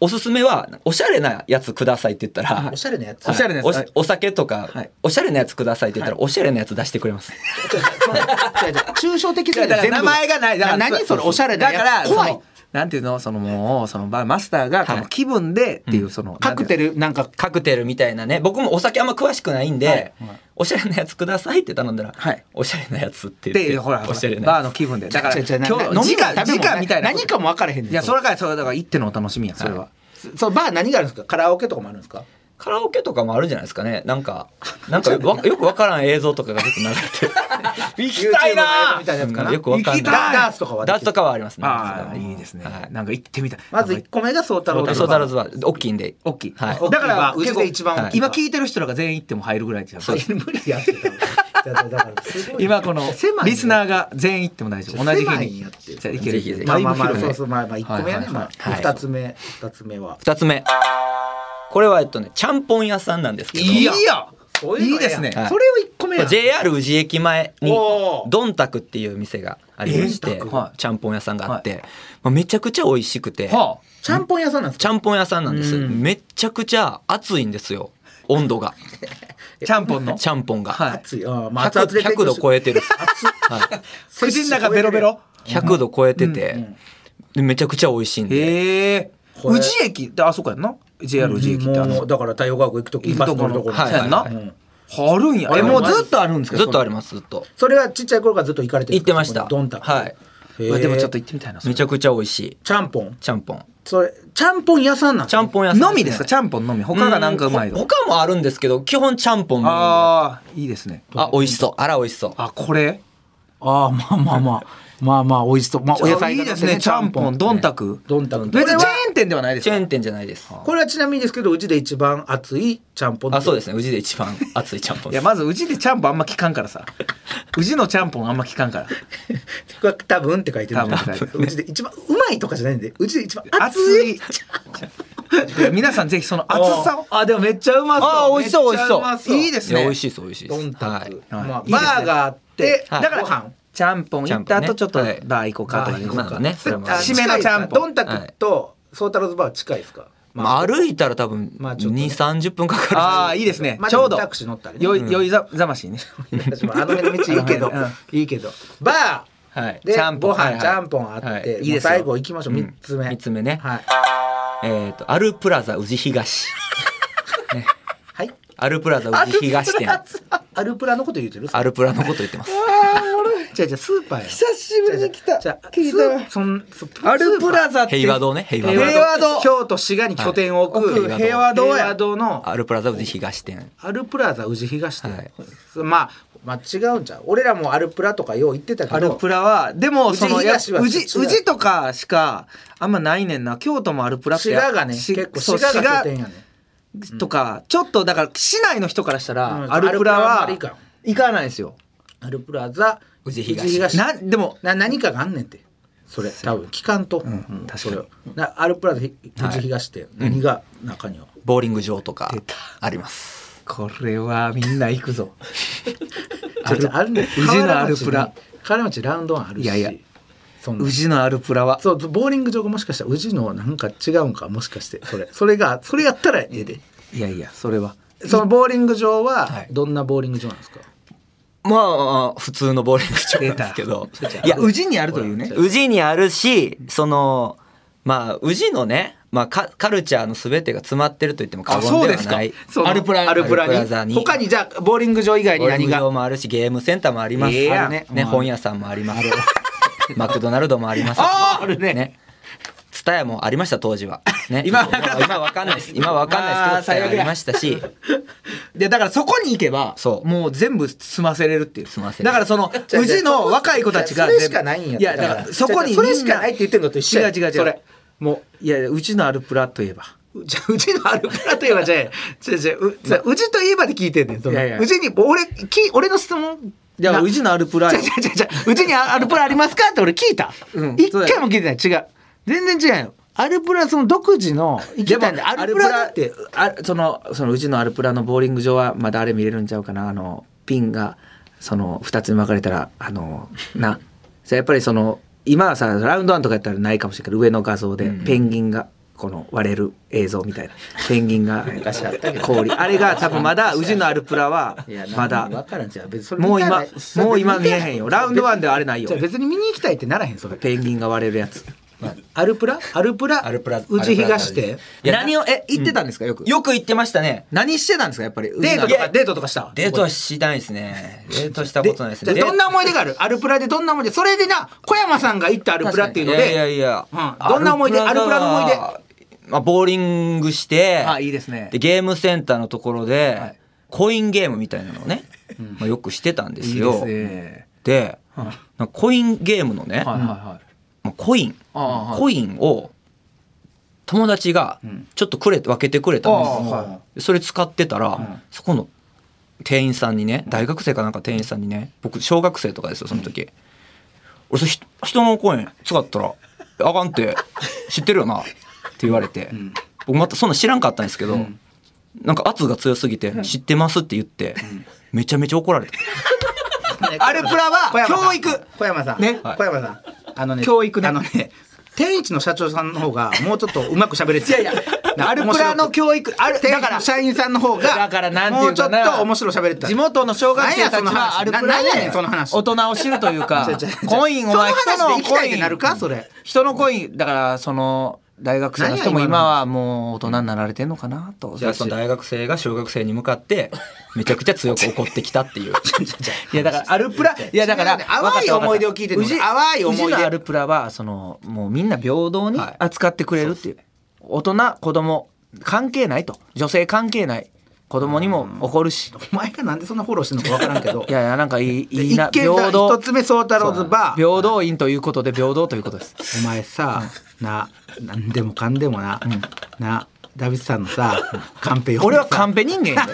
S2: おすすめはおしゃれなやつくださいって言ったら、
S1: おしゃれなやつ
S3: おしゃれなやつ
S2: おしお酒とか、
S3: はい
S2: おしゃれなやつくださいって言ったら、おしゃれなやつ出してくれます。
S1: 違う違う抽象的すぎ
S3: だ
S1: て
S3: から名前がないだから
S1: 何それおしゃれな
S3: だ
S1: やつ
S3: から
S1: 怖
S3: そ
S1: い
S3: のなんていうのそのもうそのバーマスターが
S2: はい
S3: この気分でっていうその、
S1: カクテ
S3: ル
S1: ルなんか
S2: カクテルみたいなね、僕もお酒あんま詳しくないんで、おしゃれなやつくださいって頼んだら、
S3: はい
S2: おしゃれなやつって言って、
S3: でほらほ
S2: お
S3: ら
S2: しゃれな
S3: バー
S2: や
S3: の
S2: つ。
S3: 気分でだから
S1: 違う
S3: 今
S1: 違うなな
S3: 日時間
S1: 何
S3: 時
S1: か
S3: 間みたいなこと
S1: 何かも分からへんねん
S3: いやそれからそれだから行ってのお楽しみやそれは、
S1: そそうバー何があるんですかカラオケとかもあるんですか
S2: カラオケとかもあるんじゃないですかね。なんか、なんかわよくわからん映像とかがずっと流れてる。
S3: 行
S1: YouTube の映像みたいなやつかな
S2: うんよくわかんない。
S1: ダダースとかはできる
S2: ダースとかはありますね。
S3: ああいいですね、
S2: はい
S3: なんか行ってみたい
S1: まず1個目がソータロー
S2: ソダルズは大きいんで。
S3: 大きい、
S2: はい
S3: だから
S1: 大きいわうちで一番大きいわ
S3: 今聞いてる人らが全員行っても入るぐらいですよ
S1: 無理やってただからすごい
S3: 今この
S1: 狭いね
S3: リスナーが全員行っても大丈夫同じ日
S1: 狭いん
S3: に
S1: やって
S3: じゃあいける
S2: ぜひぜひ
S1: まあまあまあ
S3: だいぶ広い
S1: そう
S3: ね
S1: そうまあまあ1個目はね
S3: はいはいはい
S1: まあ
S2: はい
S1: 2つ目2つ目は
S2: 二つ目。これはえっとね、ちゃんぽん屋さんなんですけど。
S3: いや
S1: そううの
S3: いいですね
S1: やそれを1個目やん
S2: JR 宇治駅前に
S1: おー
S2: ドンタクっていう店がありまして、
S3: ドンタクはい
S2: ちゃんぽん屋さんがあって、まあめちゃくちゃ美味しくて、
S3: は
S1: ちゃんぽん屋さんなんです
S2: ちゃんぽん屋さんなんです、
S1: うん
S2: めちゃくちゃ暑いんですよ温度が
S3: あちゃんぽんの
S2: ちゃんぽんが、
S3: はい
S1: か熱いああまあ熱々で
S2: 100, 100度超えてる、はい、
S3: 口の中ベロベロ
S2: 100度超えてて、でめちゃくちゃ美味しいんで、
S3: へえ
S1: これ
S3: 宇治駅ってあそこやんな JR 宇治駅ってあ
S1: も
S3: の
S1: うだから太陽学校行くとき
S3: 行くとこの
S2: はい
S3: そうやんな
S1: うん
S3: あるんや
S1: あ
S3: え
S1: れ
S3: もうずっとあるんですか
S2: ずっとあり
S3: ま
S2: ますずっと
S1: それはちっちゃい頃からずっと行かれてる
S2: 行
S1: んで
S2: って
S1: すか
S2: ました
S1: ドンタク
S2: はい
S3: でもちょっと行ってみたいなそれ
S2: めちゃくちゃ美味しい
S1: ちゃんぽん
S2: ちゃんぽん
S1: それちゃんぽん屋さんなん
S2: ちゃんぽん屋さん
S3: のみですかちゃんぽんのみ他がなんかうまい
S2: ほ
S3: の
S2: 他もあるんですけど基本ちゃんぽんメインで
S3: ああいいですね
S2: あ美味しそうあら美味しそう
S3: あこれ
S1: ああまあまあまあまあまあ美味しそうまあお野
S3: あ
S1: 菜
S3: い
S1: が
S3: いですねちゃんぽんどんたく
S1: どんたく
S3: 別
S1: これ
S3: に
S1: は
S3: チェーン店ではないです
S2: チ
S3: か
S2: ェーン店じゃないです
S1: これはちなみにですけどうちで一番熱いちゃんぽん
S2: あそうですすねうちで一番熱いちゃん
S3: い
S2: ぽんで
S3: や
S2: す
S3: まず宇治でちゃんぽんあんま聞かんからさ宇治のちゃんぽんあんま聞かんから
S1: これは多分って書いてるんです
S3: 多分
S1: うちで一番うまいとかじゃないんでうちで一番熱
S3: 熱
S1: い
S3: い皆さんぜひその熱さを
S1: あでもめっちゃうまそう
S3: あー美味しそう
S1: めっちゃまそう
S3: 美味しそういいです
S2: いや美味しいです美味しいで
S1: ど
S2: す
S1: んたく、
S3: はい
S1: まあ
S3: はい
S1: バーがあって、
S2: はい
S1: だか
S2: ご
S1: ら
S3: ちゃんぽん行った後ち
S2: ち
S3: ょっ
S2: ゃん
S3: と
S2: ぽんね
S3: バー行こうかとか
S2: はいなんかねそれも
S1: あ
S2: あ
S1: の
S2: り
S3: 締めのちゃんぽ
S1: ど
S3: ん
S1: んたくとソータローズバーは近いですか、
S2: まあ、歩いたら多分
S1: まあ
S2: 2
S1: ちょっとね
S2: 2 30分かかる
S3: ああいいですね
S1: まあ
S3: ちょうど
S1: タクシー乗ったりね
S3: よいよいざざましいね
S1: 私もあの辺の道いい
S3: [LAUGHS]
S1: けど、
S3: うん
S1: いいけどバ
S2: はい
S1: ーで
S3: ちゃんぽん
S1: ご飯、
S2: はいはい
S1: ちゃんぽんあって、
S2: はいい
S3: ですよ
S2: い
S1: もう最後行きましょう
S2: うん
S1: 三つ目、
S2: 三つ目ね
S1: はい
S2: えっ、とアルプラザ宇治東
S1: はい
S2: アル
S1: [LAUGHS]
S2: プラザ宇治東店
S1: アルプラのこと言うてる
S2: アルプラのこと言っ
S1: [LAUGHS]
S2: てます
S1: じゃじゃスーパーや
S3: 久しぶりに来た
S1: じゃあ
S3: 聞いたわ
S1: スそんそ
S3: アルプラザって
S2: 平和堂ね平和
S1: 平
S2: 堂
S1: 和堂
S3: 平和堂
S1: 京都滋賀に拠点を置く、
S2: は
S1: 平
S2: い平
S1: 和
S3: 和
S1: 堂
S3: 堂や
S1: の
S2: アルプラザ宇治東店
S1: アルプラザ宇治東店、
S2: はい
S1: まあまあ違うんちゃう俺らもアルプラとかよう言ってたけど
S3: アルプラはでもその
S1: 宇治東は
S3: や宇治
S1: 違う
S3: 宇治とかしかあんまないねんな京都もアルプラって
S1: 滋賀がね
S3: し
S1: 結構
S3: そう
S1: 滋賀が拠点
S3: 滋
S1: やね
S3: 賀とかちょっとだから市内の人からしたら、
S1: うん
S3: アルプラ
S1: ア
S3: は
S1: ルプラはあんま
S3: 行かないですよ
S1: アルプラザ
S2: 宇治東
S1: な
S3: なでも
S1: な何かがあんねんてそれ多分聞かんと、うん
S3: 確かに
S1: それをなアルプラザひ宇治東店、何が中には
S2: ボーリング場とかあります
S3: これはみんな行くぞ
S1: あるあるね
S3: 宇治のアルプラ
S1: 河原町に河原町ラウンドワンあるし
S3: いやいや
S1: そんな
S3: 宇治のアルプラは
S1: そうボーリング場がもしかしたら宇治のなんか違うんかもしかしてそれそれがそれやったらええで
S3: いやいやそれはい
S1: そのボーリング場はどんなボーリング場なんですか、
S2: まあ、普通のボーリング場なんです
S1: [LAUGHS]
S2: けど。いや、
S1: 宇治にあるというね。
S2: 宇治にあるし、その、まあ、宇治のね、まあ、カカルチャーのすべてが詰まってると言っても過言ではない。
S1: その
S3: アルプラ
S1: アルプラ
S2: アルプラザ
S1: に。
S2: に
S1: 他にじゃあ、ボーリング場以外に
S2: ボーリン
S1: 何
S2: グ場
S1: が。
S2: もあるし、ゲームセンターもあります。
S1: ええやん
S2: あるね
S1: うん
S2: ね、本屋さんもあります。マクドナルドもあります。
S1: あーあるね
S2: ツタヤもありました当時は。ね、
S1: 今は
S2: 今今わかんないです。今はわかんないですけど、
S1: あー
S2: ツタヤありましたし。
S3: でだからそこに行けば
S2: そう
S3: もう全部済ませれるっていう
S2: 済ませれる
S3: だからその
S1: 違う違う
S3: 宇治の若い子たちが
S1: それし
S3: 全部
S1: かないんや
S3: いやだからそこに
S1: それしかないって言って
S3: る
S1: んのと一緒や
S3: 違う違う違う
S1: それ
S3: もういやいやうちのアルプラといえば
S1: じゃあうちのアルプラといえば [LAUGHS] じゃあじゃあじゃあうじゃあうちといえばで聞いてんねんその
S3: いやいや
S1: うちに俺き俺の質問
S3: じゃあ
S1: な
S3: 宇治のアルプラ
S1: じゃあじゃあじゃあじゃあうちにアアルプラありますかって俺聞いた
S3: うん
S1: 一
S3: そうだ
S1: 回
S3: よ
S1: も聞いてない違う全然違うよアルプラその独自の行き
S3: でも
S1: たいんでアルプラだって
S3: アルプラってあそのそのうちのアルプラのボーリング場はまだあれ見れるんちゃうかなあのピンがその2つに分かれたらあのなそれやっぱりその今はさラウンドワンとかやったらないかもしれないけど上の画像でペンギンが。この割れる映像みたいなペンギンが氷あれが多分
S1: [LAUGHS]
S3: まだ宇治のアルプラはい
S1: や
S3: まだ
S1: 分からんじゃあ別にそれ
S3: もう今
S1: 見たない
S3: もう今見えへんよラウンドワンではあれないよ
S1: じゃあ別に見に行きたいってならへんそれ
S3: ペンギンが割れるやつ
S1: アルプラアルプラ
S2: アルプラ
S1: うち東
S2: アルプ
S1: 店
S2: ラいやな
S3: 何をえ行ってたんですかよく
S2: よく行ってましたね。
S3: 何してたんですかやっぱり
S1: デート
S3: 宇
S1: と
S3: 治の
S1: かデートとかした
S2: デートはしないですね。デートした
S1: で
S2: ことないです
S1: じゃ
S2: ね。
S1: あどんな思い出があるアルプラでどんな思い出それでな小山さんが行ったアルプラっていうので
S2: いやいやいや、
S1: うんどんな思い出アルプラの思い出
S2: 出まあボーリングして
S3: あいいですね
S2: でゲームセンターのところで、
S3: はい
S2: コインゲームみたいなのをね、まあ、よくしてたんです
S3: いい
S2: よ
S3: ですね
S2: で
S3: はい
S2: なんかコインゲームのね、
S3: はいはいはい
S2: まあコイン
S3: ああはい
S2: コインを友達がちょっとくれ分けてくれたんですよ
S3: ああは
S2: それ使ってたら、そこの店員さんにね大学生かなんか店員さんにね僕小学生とかですよその時、俺それひ人のコイン使ったらあかんって [LAUGHS] 知ってるよなって言われて、僕またそんな知らんかったんですけど、なんか圧が強すぎて「知ってます」って言って、めちゃめちゃ怒られて
S1: アルプラ
S3: 小
S1: は教
S3: 山さん
S1: 育小山さん
S3: ね
S1: 小山さんあのね
S3: 教育ね
S1: あのね天一の社長さんの方がもうちょっとうまく喋れていやいや
S3: アルプラの教育あるだ
S1: だ
S3: か
S1: から
S3: ら
S1: 社員さんの方が
S3: だからなんて
S1: も
S3: いうう
S1: ちょ
S3: か
S1: っ
S3: な
S1: と面白い喋れてた
S3: 地元の小学生た
S1: なんや
S3: ち
S1: その
S3: は
S1: 話
S3: アルプラ
S1: ななんやね
S3: で
S1: んその話
S3: 大人を知るというか [LAUGHS]
S1: 違う違う違う
S3: コインお前
S1: そ
S3: 人
S1: の話で
S3: の
S1: 行きた
S3: コ
S1: いっ
S3: イ
S1: て
S3: ン
S1: なるかそれ
S3: 人のコインだからその大学生の人も
S1: 何や今の
S3: 今はもう大人になられてんのかなと
S2: じゃあその大学生が小学生に向かってめちゃくちゃ強く怒ってきたっ
S1: [LAUGHS]
S2: ていう
S3: いやだからアルプラいやだから
S1: 違うね淡い思い出を聞いてるの
S3: うち
S1: 淡い思い出
S3: うちのアルプラはそのもうみんな平等に扱ってくれるっていう、大人子供関係ないと女性関係ない子供にも怒るし
S1: お前がなんでそんなフォローしてんのかわからんけど
S3: いやいやなんかいい
S1: で
S3: いいな
S1: 一見
S3: 平等
S1: 一つ目宗太郎ズバー
S3: 平等院ということで平等ということです
S1: お前さ、な、なんでもかんでもな、な、ダビスさんのさ、カンペ読んでさ
S3: 俺はカンペ人間
S1: [LAUGHS]
S3: やで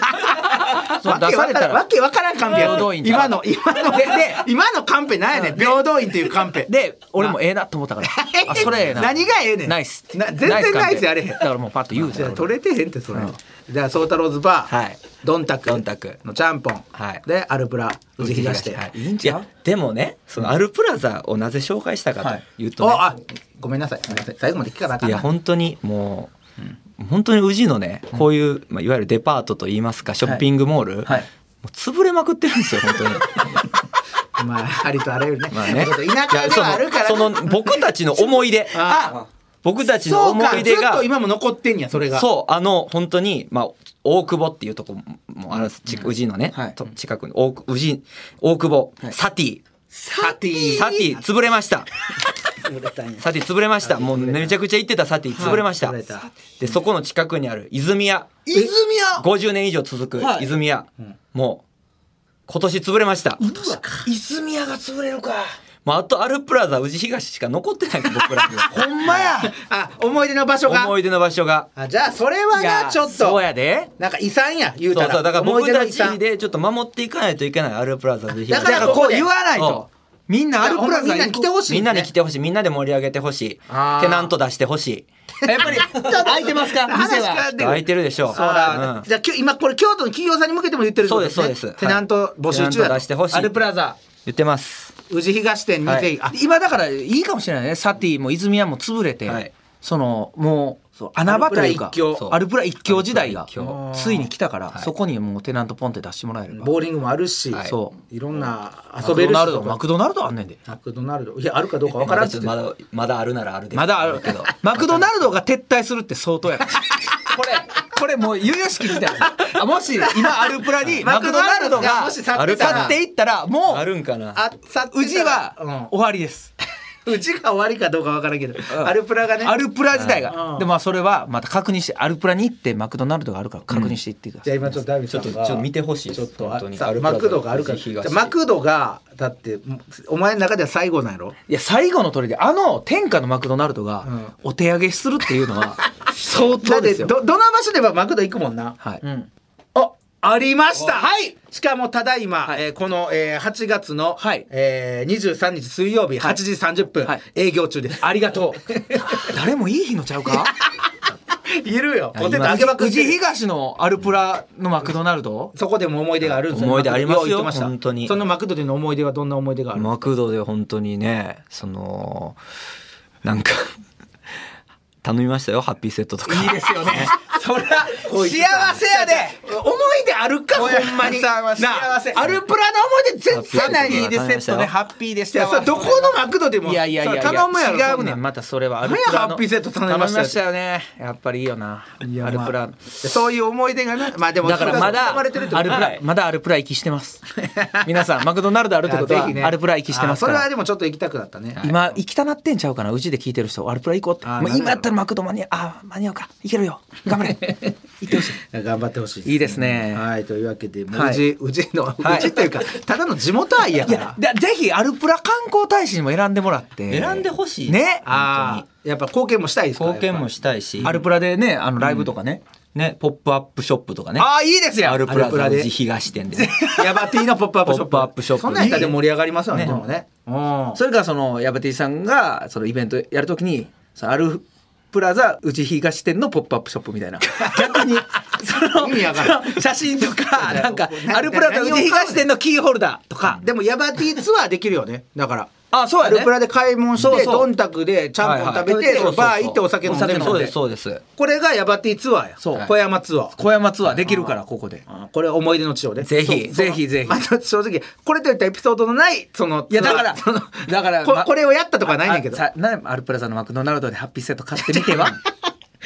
S3: そう
S1: わ
S3: 出
S1: け
S3: さ
S1: わ
S3: れ
S1: か
S3: た
S1: らんわ
S3: ら
S1: けわからんカンペや
S3: 平等院ちゃ
S1: 今
S3: う
S1: の、今の、で、今のカンペなんやねん。平等院っていうカンペ。
S3: で俺もええなと
S1: [LAUGHS]
S3: 思ったからあそれええな
S1: 何がええねん
S3: ナイス
S1: な全然
S3: カンペ
S1: ナイスやれへん
S3: だからもうパッと言う
S1: じ
S3: じ
S1: ゃ
S3: ゃ
S1: あ
S3: ん
S1: 取れてへんって、それ。じゃあ、宗太郎ズバー、
S2: はい
S1: ドンタク、
S2: ドンタク
S1: のちゃんぽん、
S2: はい
S1: で、アルプラ、宇治東店。
S2: はいい、いやでもねそのアルプラザをなぜ紹介したかというと、
S1: お
S2: ね
S1: あ、ごめんなさい。すみません最後まで聞かなあか
S2: い、
S1: ん
S2: や
S1: な。
S2: 本当にもう、本当に宇治のねこういう、まあ、いわゆるデパートといいますかショッピングモール、
S3: はい
S2: もう潰れまくってるんですよ本
S1: [LAUGHS]
S2: 当に。
S1: まあ、ありとあらゆるね。
S2: まあね
S1: ちょっと田舎
S2: いや
S1: で
S2: その
S1: はあるからな。
S2: その僕たちの思い出
S1: あ
S2: 僕たちの
S1: そう
S2: 思
S1: か、
S2: い
S1: ずっ
S2: 出が
S1: と今も残ってんや、それが。
S2: そうあの本当にまあ大久保っていうとこもあるんですち宇治のね、
S3: はい
S2: と近くに大久宇治大久保、サティ
S1: サティ
S2: サティ潰れました。サティ潰れました。もうめちゃくちゃ行ってたサティ潰れました
S1: はい潰れた。
S2: で、そこの近くにある泉屋。
S1: 泉屋
S2: 50年以上続く泉屋。もう、今年潰れました。
S3: 泉屋が潰れるか
S2: もうあとアルプラザ宇治東しか残ってないです僕らには
S3: ほんまや
S1: あ思い出の場所が
S2: 思い出の場所が。
S1: あじゃあそれはい
S3: や
S1: なちょっ
S3: そう
S1: と
S3: やで
S1: なんか遺産や言う
S2: そ
S1: た
S2: う
S1: ら
S2: そう、だから
S1: 思い
S2: 僕
S1: 出の
S2: た
S1: 遺産
S2: ちでちょっと守っていかないといけないアルプラザ宇治
S1: だ
S2: 東
S1: から
S3: だか
S1: こ
S3: らこ
S1: こ
S3: う
S1: で
S3: 言わないとみんなアルプラ
S1: み
S3: ザ
S1: んなに来てほしい、ね、
S2: みんなに来てほしい。みんなで盛り上げてほしい。
S1: あー
S2: テナント出してほしい。
S3: やっぱり空いてますか
S1: 話
S3: 店
S1: が
S3: は
S1: 出てく
S2: 空い
S1: る
S2: てるでしょう。
S1: そうだ、
S2: うん
S1: じゃあきょ今これ京都の企業さんに向けても言ってるってこと
S2: そうですそうです
S1: テナント募集中
S2: テナ
S1: だ
S2: ント出してほしい
S1: アルプラザ
S2: 言ってます。
S1: 宇治東店にぜひ、あ
S3: 今だからいいかもしれないねサティも泉屋も潰れて、
S2: はい
S3: そのもうそう穴場という
S1: アルプラ一
S3: か
S1: 強
S3: そうアルプラ一強時代が
S2: アルプラ一強
S3: ついに来たから、
S2: はい
S3: そこにもうテナントポンって出してもらえれば
S1: ボーリングもあるし、
S2: はい
S3: そ
S1: いろんな
S3: う
S1: 遊べるし
S3: マクドナルドマクドナルドあんねんで
S1: マクドナルドいやあるかどうかわから
S2: まだ
S1: んけ
S2: ちょっ
S1: ど
S2: とまだまだあるならあるで
S3: まだあるけどマクドナルドが撤退するって相当やからこれこれもう由々しき事態ですあもし今アルプラにマクドナル
S1: マクドナルド
S3: ドが
S1: がもし去
S3: 去
S1: ってたら
S3: っていったらも
S2: あるんかな
S1: あさ
S3: う宇治は終わりです
S1: うん、うちが終わりかどうかわからんけど、アルプラがね
S3: アルプラ自体
S1: う
S3: が
S1: ん
S3: でまあそれはまた確認してアルプラに行ってマクドナルドがあるから確認していってくだ
S1: じゃあ
S3: さ
S1: 今
S3: い、
S1: ちょっとダイビさんが
S2: ちょっとちょっと見てほしいです
S1: ちょっと
S2: 本当に
S1: さ
S2: アルプラ
S1: マ
S2: ザ
S1: クドがあるから
S2: 富士
S1: じゃ
S2: 東
S1: あマクドがだってお前の中では最後なんやろ
S3: いや最後の砦であの天下のマクドナルドが
S1: うん
S3: お手上げするっていうの
S1: [LAUGHS]
S3: は相
S1: だ
S3: 当
S1: っ
S3: で
S1: て
S3: すよ、
S1: どどの場所でもマクド行くもんな
S3: はい
S1: あありました
S3: はい
S1: しかもただいま、えーこの、えー8月の、
S3: はい
S1: えー23日水曜日8時30分、
S3: はい
S1: 営業中ですありがと
S3: 誰もいい日のちゃ
S1: [LAUGHS]
S3: う
S1: う
S3: か
S1: [LAUGHS] いるよポテト
S3: 今
S1: 揚げまくっ
S3: 宇
S1: て
S3: 治
S1: る
S3: 東のアルプラのマクドナルド
S1: そこでも思い出があるんですよ
S2: 思い出ありま
S1: マク
S2: すよ
S1: ド言ってました
S2: 本当に
S1: そのマクドでの思い出はどんな思い出がある
S2: マクドで本当にねそのなんか頼みましたよハッピーセットとか
S3: いいですよね
S2: [LAUGHS]
S3: そりゃ幸せやで
S1: 思い出あるかほんまに
S3: さんは
S1: なあ
S3: 幸せ
S1: アルプラの思い出絶対ない
S2: い
S1: い
S2: や
S1: です
S2: わかりましたよ
S3: ハッピーでし
S1: いやそれどこのマクドでも
S3: いやいやいやいや
S1: それ頼むやろ
S3: 違
S1: そ
S3: うんね
S1: なん
S3: んまたそれはアル
S1: 何
S3: プ
S1: や
S3: ラの
S1: ハッピーセット頼みましたよ
S3: よねやっぱりいいよなアルプラ、
S1: そういう思い出がねまあでも
S3: だからまだ
S1: それが含ま
S3: アルプ
S1: れてるってことだ
S3: ラまだアルプラ行きしてます皆さんマクドナルドあるってことは
S1: ぜひね
S3: アルプラ行きしてますか
S1: あそれは
S3: ら
S1: でもちょっと行きたくなったね
S3: 今行きたなってんちゃうかなうちで聞いてる人アルプラ行こうって
S1: あー
S3: もう
S1: なるほど
S3: 今やったらマクド間に合うあー間に合うからいけるよ
S1: [LAUGHS]
S3: 頑張れ行ってほしい
S1: 頑張ってほしい
S3: いいですね
S1: はいというわけでもう
S3: はいう
S1: ちうちのう
S3: はい
S1: ちっていうかただの地元愛や
S3: い
S1: から
S3: やだぜひアルプラ観光大使にも選んでもらって
S2: 選んでほしい
S3: ね
S1: ああやっぱ貢献もしたいですか
S2: 貢献も
S1: し
S2: したいし
S3: アルプラでねあのライブとかね、
S2: ねポップアップショップとかね
S3: ああいいですよ
S2: アルプラ
S1: アルプ
S2: ザ
S1: ラで
S2: 宇治東店でね
S1: ヤバテ
S3: [LAUGHS]
S1: ィのポップアップショップ
S2: ポップアップショップ
S1: そんなんやったらでも盛り上がりますよね
S2: ね
S1: でもねうん
S3: それからそのヤバティさんがそのイベントやるときにそのアルプラザうち東店のポップアップショップ
S1: [LAUGHS]
S3: みたいな逆にその
S1: 意味わからん
S3: その写真とかなんか
S1: [LAUGHS] な
S3: アルプラザ
S1: 何
S3: う
S1: を買うの
S3: ち東店のキーホルダーとか
S1: でもヤバティツアーできるよねだから
S3: あそう
S1: ア
S3: や
S1: ル
S3: ね
S1: プラで買い物し
S3: そう
S1: て
S3: そう
S1: どんたくでちゃんぽん食べて
S3: はいはい
S1: バー行ってお酒飲んで飲ん
S3: お酒飲ん
S1: で
S3: で
S2: そうですそうです
S1: これがヤバティツアーや
S3: そう
S1: 小山ツアー
S3: 小山ツアーできるからここで
S1: これ思い出の地をね
S3: ぜひ
S1: そう
S3: ぜひぜひ
S1: まあ正直これといったエピソードのないその
S3: いやだから
S1: その
S3: だから
S1: こ
S3: ま
S1: これをやったとかないねんけど
S3: あさなアルプラザのマクドナルドでハッピーセット買 [LAUGHS] ってみては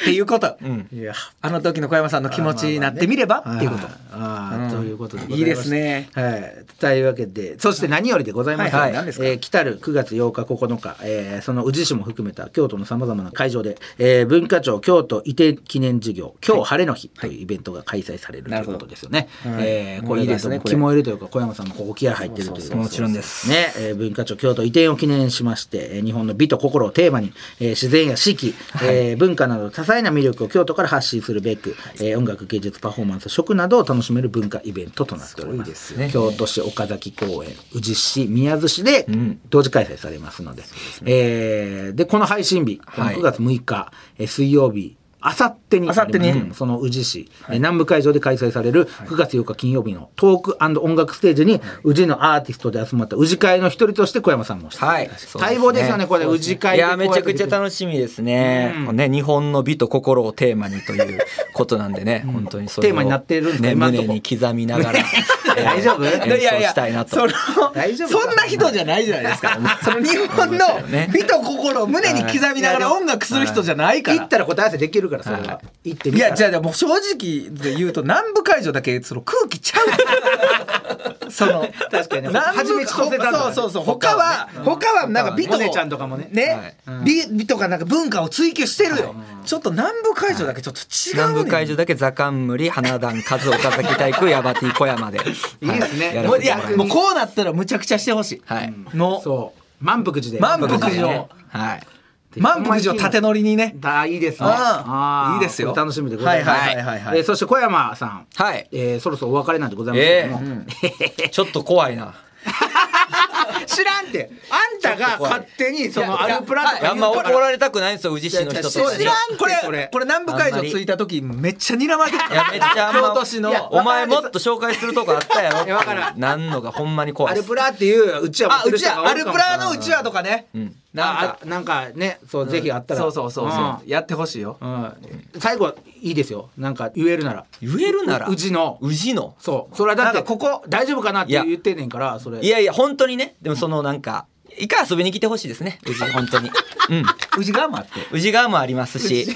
S3: っていうこと、
S1: いや
S3: あの時の小山さんの気持ちになってみればっていうこと、
S1: ああということでござま
S3: いいですね
S1: はいというわけでそして何よりでございます
S3: はいはい何ですか
S1: えー来たる9月8日9日、えーその宇治市も含めた京都のさまざまな会場で、えー文化庁京都移転記念事業今日晴れの日というイベントが開催されると
S3: ない
S1: う
S3: るほ
S1: こ
S3: ど
S1: とですよね。
S3: はい
S1: えー
S3: も
S1: こ
S3: うい
S1: れ
S3: い
S1: が
S3: で
S1: ですも
S3: ね
S1: 気も入れというか小山さんもここ気合入ってるという
S2: もちろんです
S1: ね、えー文化庁京都移転を記念しまして、えー日本の美と心をテーマに、えー自然や四季、えー文化など多彩な魅力を京都から発信するべく、えー音楽、芸術、パフォーマンス、食などを楽しめる文化イベントとなっております。京都市岡崎公園、宇治市、宮津市で同時開催されますので、えーで、この配信日、この9月6日、えー水曜日、あさってになりますけども、
S3: 明後日に
S1: その宇治市、えー南部会場で開催される9月8日金曜日のトーク音楽ステージに、宇治のアーティストで集まった宇治会の一人として小山さんも出演
S2: はい
S1: 待望ですよね、これ、宇治会
S2: い
S1: で
S2: やめちゃくちゃ
S1: し
S2: 楽しみですね,、ね日本の美と心をテーマにということなんでね、本当にそれを
S1: テーマになってるんですね
S2: ね
S1: 今んとこ
S2: 胸に刻みながら
S1: [LAUGHS] 大丈夫
S2: 演奏したいなと
S3: その
S1: 大丈夫か
S3: そんな人じゃないじゃないですか [LAUGHS] その日本の美と心を胸に刻みながら音楽する人じゃないから
S1: 行ったら答え合わせできるから、それは
S2: は。
S1: 行って
S3: い
S1: みたら
S3: やじゃあじゃあもう正直で言うと南部会場だけその空気ちゃうから [LAUGHS] その
S1: 確かにね
S3: 南
S1: 初
S3: 部
S1: め千歳だとかね
S3: そうそうそう他は他はなんか美と
S1: モネちゃんとかもね
S3: ね美美とかなんか文化を追求してるよちょっと南部会場だけちょっと違うねん
S2: 南部会場だけ座冠花壇和岡崎体育ヤバティ小山で
S1: いいですね
S2: はやら
S3: も
S2: せ
S3: ういや
S2: てもらいます
S3: もうこうなったらむちゃくちゃしてほしい、
S2: はい
S3: の
S1: そう満腹時で
S3: 満腹時
S1: ね
S3: を
S2: はい
S3: 満腹時を縦乗りにね
S1: だいいですね。
S3: うん
S1: あー
S3: いいですよ
S1: これ楽しみでございます。
S3: はいはいはいはい
S1: えーそして小山さん。
S2: はい
S1: えーそろそろお別れなんでございますけども、
S2: ええちょっと怖いな
S1: 知らんってあんたが勝手にそのアルプラと
S2: あ
S1: か
S2: ん
S1: 言
S2: ま
S1: う
S2: 怒
S1: から
S2: られたくないんですよ宇治市の人とか
S1: いやいや
S2: に
S1: 知らん
S3: これ
S1: それ
S3: これ南部会場着いた時めっちゃ睨まれて
S2: いやめっちゃあんま
S3: 京都市の
S2: いやお前もっと紹介するとこあったやろっ
S1: いやわから
S2: てなんのがほんまに怖
S1: ア
S2: いで
S1: ル
S2: す
S1: プラっていううちは持
S3: あ
S1: って
S3: う
S1: る
S3: ち
S1: 人
S3: わ
S1: がお
S3: ア
S1: る
S3: ル
S1: かも
S3: プラのうちわとかね、なん
S1: あ
S3: か
S1: あなんかねそう、ぜひあったら
S3: そうそうそうそう、やってほしいよ
S1: うんうん最後いいですよなんか言えるなら
S2: 言えるなら
S1: うちの
S2: 宇治の
S1: そうそれはだって
S3: なんか
S1: ここ大丈夫かなって
S2: いや
S1: 言ってんねんからそれ
S2: いやいや本当にねでもそのなんか一回遊びに来てほしいですね宇治本当にうん
S3: 宇治川もあって
S2: 宇治川もありますし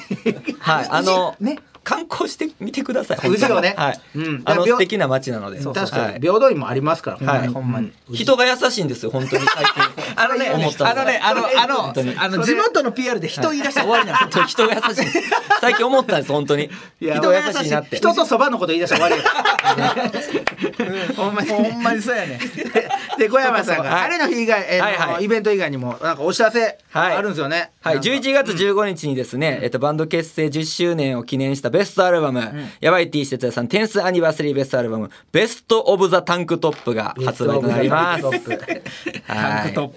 S2: はいあの
S3: ね
S2: 観光してみてください
S1: 宇治をね
S2: はい
S1: うん
S2: あの
S1: だから
S2: 素敵な街なので
S1: 確
S2: は
S1: か
S2: い
S1: に平等院もありますから、
S2: はい
S1: ほんまに、うん
S2: 人が優しいんですよ本当に最近
S3: あのね、
S2: 思った
S3: あのね、あの、あの、
S2: 本当に
S3: あの地元の PR で人言い出して終わりな
S2: 本
S3: の。
S2: 当に人が優しいんです最近思ったんです本当に
S1: いや
S2: 人が優しいなって
S1: 人とそばのこと言い出したら終わりや [LAUGHS] ほんまにね
S3: ほんまにそうやね。
S1: [LAUGHS] で小山さんが、
S2: はい
S1: あれの日以外、えー
S2: はいはい
S1: イベント以外にもなんかお知らせ
S2: はい
S1: あるんですよね。
S2: はい、
S1: なんか
S2: 11月15日にですね、えっと、バンド結成10周年を記念したベストアルバム、やばい T シャツ屋さん、テンスアニバーサリーベストアルバム、ベストオブザタンクトップが発売となります。はいタンクト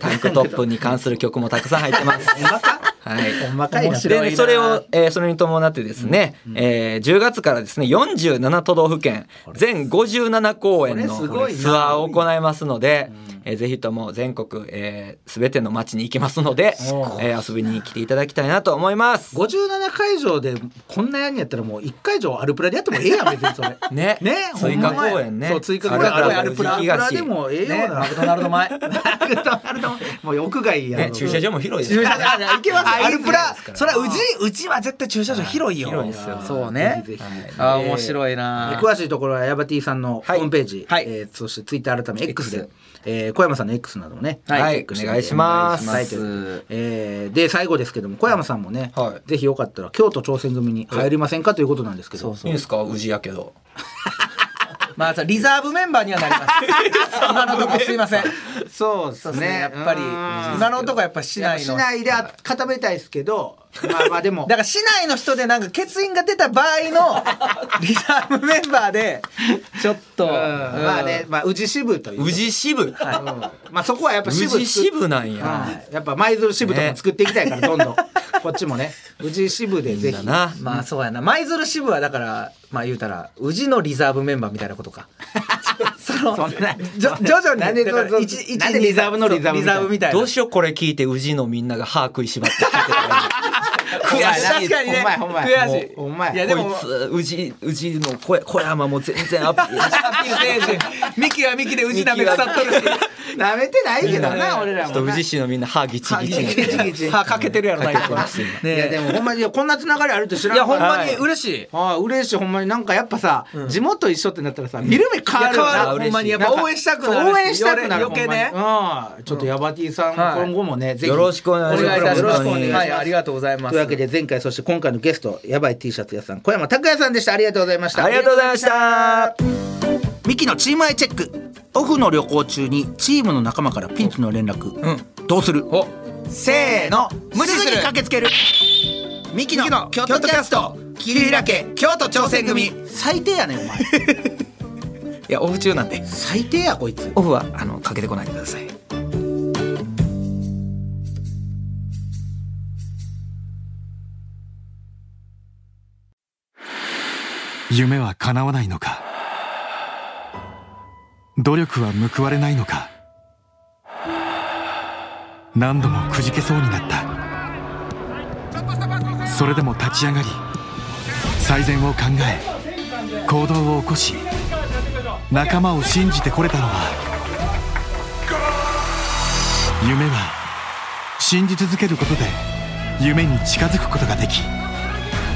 S2: ップ。に関する曲もたくさん入ってます。はい。
S1: ほんまかいな
S2: で、それを、えーそれに伴ってですね、えー10月からですね、47都道府県、全57公演の
S1: これすごいな
S2: ツアーを行いますので、えーぜひとも全国、えー、全ての町に行きますので、えー遊びに来ていただきたいなと思います。
S1: 57会場でこんなやんやったらもう1会場アルプラでやってもええやん別にそれ。
S2: ね
S1: ね
S2: 追加公演ね。
S1: そう追加公演
S2: ア
S1: ア
S2: ル
S1: ル
S2: プ
S1: プ
S2: ラ
S1: ラ
S2: ア
S1: ア
S2: ル
S1: ルプ
S2: プラ
S1: ラでもええような。マクドナルド前。マクドナルドもう屋外や
S2: ね
S1: ん。
S2: 駐車場も広いです
S1: 駐
S2: よ
S1: 車場あ行けます。
S3: アルプラ
S1: いいですか、ら
S3: それはうち、うちは絶対駐車場広いよ。
S2: 広いですよ
S3: そうね。
S1: ぜひぜひ
S3: あー、面白いな。
S1: 詳しいところはヤバティさんのホ
S2: はい
S1: ームページ、
S3: はい
S1: えーそしてツイッター改め X で、えー小山さんの X などもね、
S2: はい
S1: チェックしてみて
S2: お願いします
S1: お願いしま
S3: お願いし
S1: はいと
S3: ま
S1: いうえーで最後ですけども小山さんもね、
S2: は
S1: ぜひよかったら京都挑戦組に入りませんかということなんですけど
S2: いいんですか宇治やけど。
S3: まあ、そうリザーブメンバーにはなり
S1: [LAUGHS]
S3: ます。今のところすいません。
S1: そうです
S3: そうですね、やっぱり、今のところやっぱ市
S1: やっぱ
S3: 内
S1: 市
S3: の。
S1: 内で固めたいですけどまあまあでも
S3: だから市内の人でなんか欠員が出た場合
S1: [LAUGHS]
S3: のリザーブメンバーでちょっ
S1: う
S3: と、
S1: んまあね、まあ、宇治支部という
S2: 宇治支部。
S1: うんまあそこはやっぱ支
S2: 宇
S1: 部
S2: 治
S1: 作っ
S2: 支部なんや。
S1: はいやっぱ舞鶴支部とかも作っていきたいから、どんどんこっちもね宇治支部でぜ
S2: だ
S1: ひ
S2: な。
S3: まあそうやな舞鶴支部はだからまあ言うたら宇治のリザーブメンバーみたいなことかその
S1: [LAUGHS] そんな
S3: じょ徐々に
S1: なんで
S3: だから
S1: そうそう
S3: 一一
S1: なんでリザーブのリザーブ
S3: リザーブみたいな
S2: どうしようこれ聞いて宇治のみんなが歯食いしばって聞いてたら。
S3: 悔しい
S1: 確
S3: 確
S1: か
S3: か
S1: に
S3: に
S1: ね
S3: ね
S1: 悔
S3: 悔
S1: しい
S3: しい
S1: い
S3: い
S1: や
S3: や
S1: で
S3: で
S1: も
S3: も
S2: こいつ宇治宇治の小小山も全然アップ
S3: [LAUGHS] ミキはミキで宇治鍋腐っとるし
S1: なめてないけどな
S3: ね
S1: 俺ら
S2: ちょっと
S1: も
S2: 宇
S1: な。
S2: 治市のみんな歯ぎちぎ
S3: [LAUGHS]
S2: ち
S1: ギチギチ
S3: 歯かけてるやろない
S2: かけてます今
S1: いやでもほんまにこんなつながりあると知ら
S3: い
S1: ん
S3: や
S1: か
S3: ほん
S1: ら
S3: まに嬉しい
S1: ああ嬉しいほんまになんかやっぱさ、地元一緒ってなったらさ見る目変わるよ
S3: いや変わ
S1: な
S3: るほんまにやっぱ
S1: なんか
S3: 応援したくなるし
S1: 応援したくなる
S3: 余計ね
S1: ほんまにうんちょっとヤバティさん、
S3: はい
S1: 今後もねぜひ
S2: よろしくお願いします
S1: これからもよろしくお願いします、
S3: はいありがとうございます
S1: というわけで前回そして今回のゲストヤバい T シャツ屋さん小山拓也さんでしたありがとうございました
S2: ありがとうございました
S1: ミキのチームアイチェックオフの旅行中にチームの仲間からピンチの連絡、どうするせーの無視する駆けつけるミキの京都キャスト桐平家京都挑戦組最低やねんお前
S3: いやオフ中なんで
S1: 最低やこいつ
S3: オフはあのかけてこないでください
S7: 夢は叶わないのか努力は報われないのか何度もくじけそうになったそれでも立ち上がり最善を考え行動を起こし仲間を信じてこれたのは夢は信じ続けることで夢に近づくことができ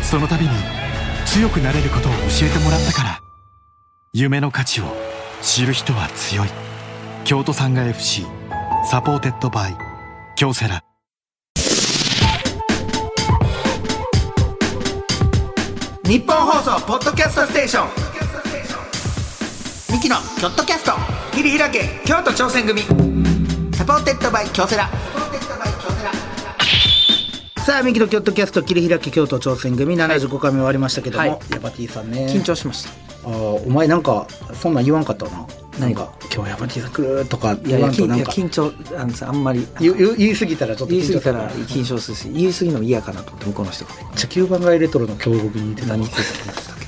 S7: その度に強くなれることを教えてもらったから夢の価値を知る人は強い京都産が FC サポーテッドバイ京セラ
S1: 日本放送ポッドキャストステーションミキのキョットキャスト桐平家京都挑戦組サポーテッドバイ京セラさあミキのキョットキャスト桐平家京都挑戦組75回目終わりましたけども、ヤバティさんね
S3: 緊張しました
S1: あーお前なんかそんなん言わんかったな何か今日ヤバティさん来るとか
S3: い
S1: 言
S3: やいや
S1: わんと
S3: 緊い
S1: なん
S3: や
S1: か
S3: 緊張あのさあんまり
S1: 言言言い過ぎたらちょっと
S3: 言い過ぎた
S1: 緊張
S3: ら
S1: する
S3: 緊張するし言い過ぎのも嫌かなと思って向こうの人が
S1: めっちゃ9番街レトロの強国に似てためちゃくちゃ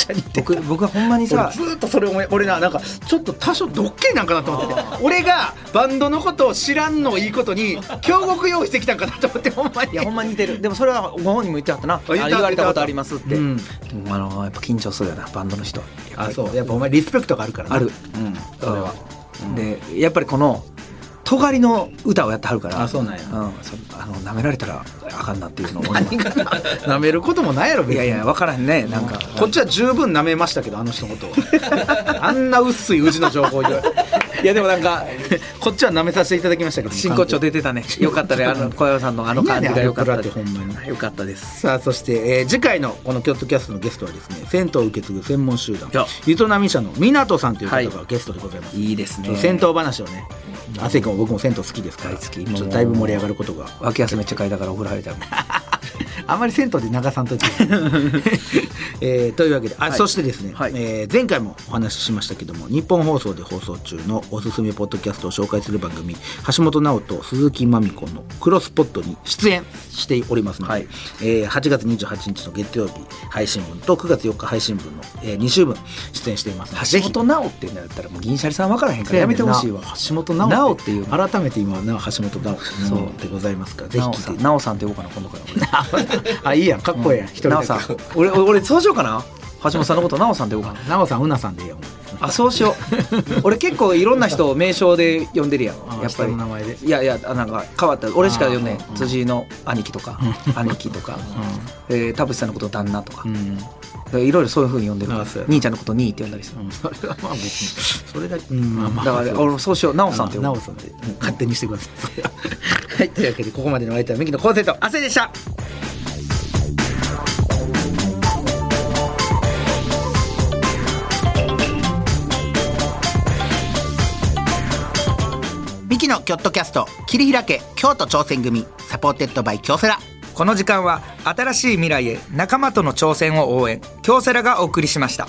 S1: ちゃ似てる
S3: 僕僕はほんまにさ
S1: 俺ずーっとそれ思い俺ななんかちょっと多少ドッキリなんかなと思ってて俺がバンドのことを知らんのをいいことに京極用意してきたんかなと思ってほんまに
S3: いやほんまに似てるでもそれはご本人も言ってはったなあ
S1: 言ってはった
S3: 言われたことありますって、
S1: うん
S3: でもあのやっぱ緊張するよなバンドの人
S1: あそうやっぱお前リスペクトがあるからな
S3: ある
S1: うん
S3: それは、でやっぱりこの尖りの歌をやってはるから
S1: あそうなんや
S3: うん、そあの舐められたらあかんなっていうのを思います
S1: 何がな舐めることもないやろ別
S3: い
S1: に
S3: やいや分からへんねなんか、
S1: こっちは十分舐めましたけどあの人のことをあんな薄いうちの情報言われ
S3: いやでもなんか
S1: こっちは舐めさせていただきましたけど
S3: 真骨頂出てたねよかったねあの小籔さんのあの感じがよかった
S1: いやいやあれプラってほんまに
S3: よかったです
S1: さあそして、えー次回のこの京都キャストのゲストはですね銭湯を受け継ぐ専門集団
S3: いや
S1: ゆとなみ社の湊さんという方
S3: は
S1: がゲストでございます、
S3: いいですね
S1: ちょっと銭湯話をね亜生君も僕も銭湯好きですから
S3: 大好き
S1: ちょっとだいぶ盛り上がることが
S3: 脇汗めっちゃかいたからお風呂入りたいもん
S1: [LAUGHS] あんまり銭湯で流さんといて、 [LAUGHS] えーというわけであ、そしてですね、
S3: はい
S1: えー前回もお話ししましたけども日本放送で放送中のおすすめポッドキャストを紹介する番組橋本直人鈴木まみ子の「クロスポット」に出演しておりますので、
S3: はい
S1: えー8月28日の月曜日配信分と9月4日配信分の、え2週分出演していますので
S3: 橋
S1: ぜひ
S3: 本直ってなったらもう銀シャリさん分からへんからやめてほしいわ
S1: 橋本直
S3: 直っていう
S1: 改めて今はな橋本直人でございますからぜひ
S3: 直
S1: 聞
S3: さ
S1: い
S3: ん
S1: て
S3: 直さんって呼ぼうかな今度から俺
S1: あいいやんかっこええやん、一人
S3: 直
S1: だ
S3: さん
S1: け
S3: 俺俺俺そうしようかな橋本さんのこと直さんって呼ぼうかな
S1: 奈緒さん、うなさんでいいよ。
S3: あそうしよ
S1: [LAUGHS]
S3: う俺結構いろんな人を名称で呼んでるやん
S1: あ
S3: やっぱ
S1: 下
S3: り
S1: の名前で
S3: いやいやあなんか変わった俺しか呼んで
S1: あーうん
S3: ん辻の兄貴とか姉貴とか、えー田淵さんのこと旦那とか、
S1: ん。
S3: いろいろそういうふうに呼んでるから
S1: あそうや
S3: 兄ちゃんのこと兄って呼んだりする、
S1: それはまあ別に、
S3: [LAUGHS]
S1: それだけ、うん、まあまあ。
S3: だから俺そうしよう直さんって呼
S1: な
S3: ぼう
S1: おさんで、うん勝手にしてください。それははい、というわけで、ここまでのお相手は、ミキの昴生と、亜生でした。ミキのキョットキャスト切り開け京都挑戦組サポーテッドバイ京セラ
S3: この時間は新しい未来へ仲間との挑戦を応援京セラがお送りしました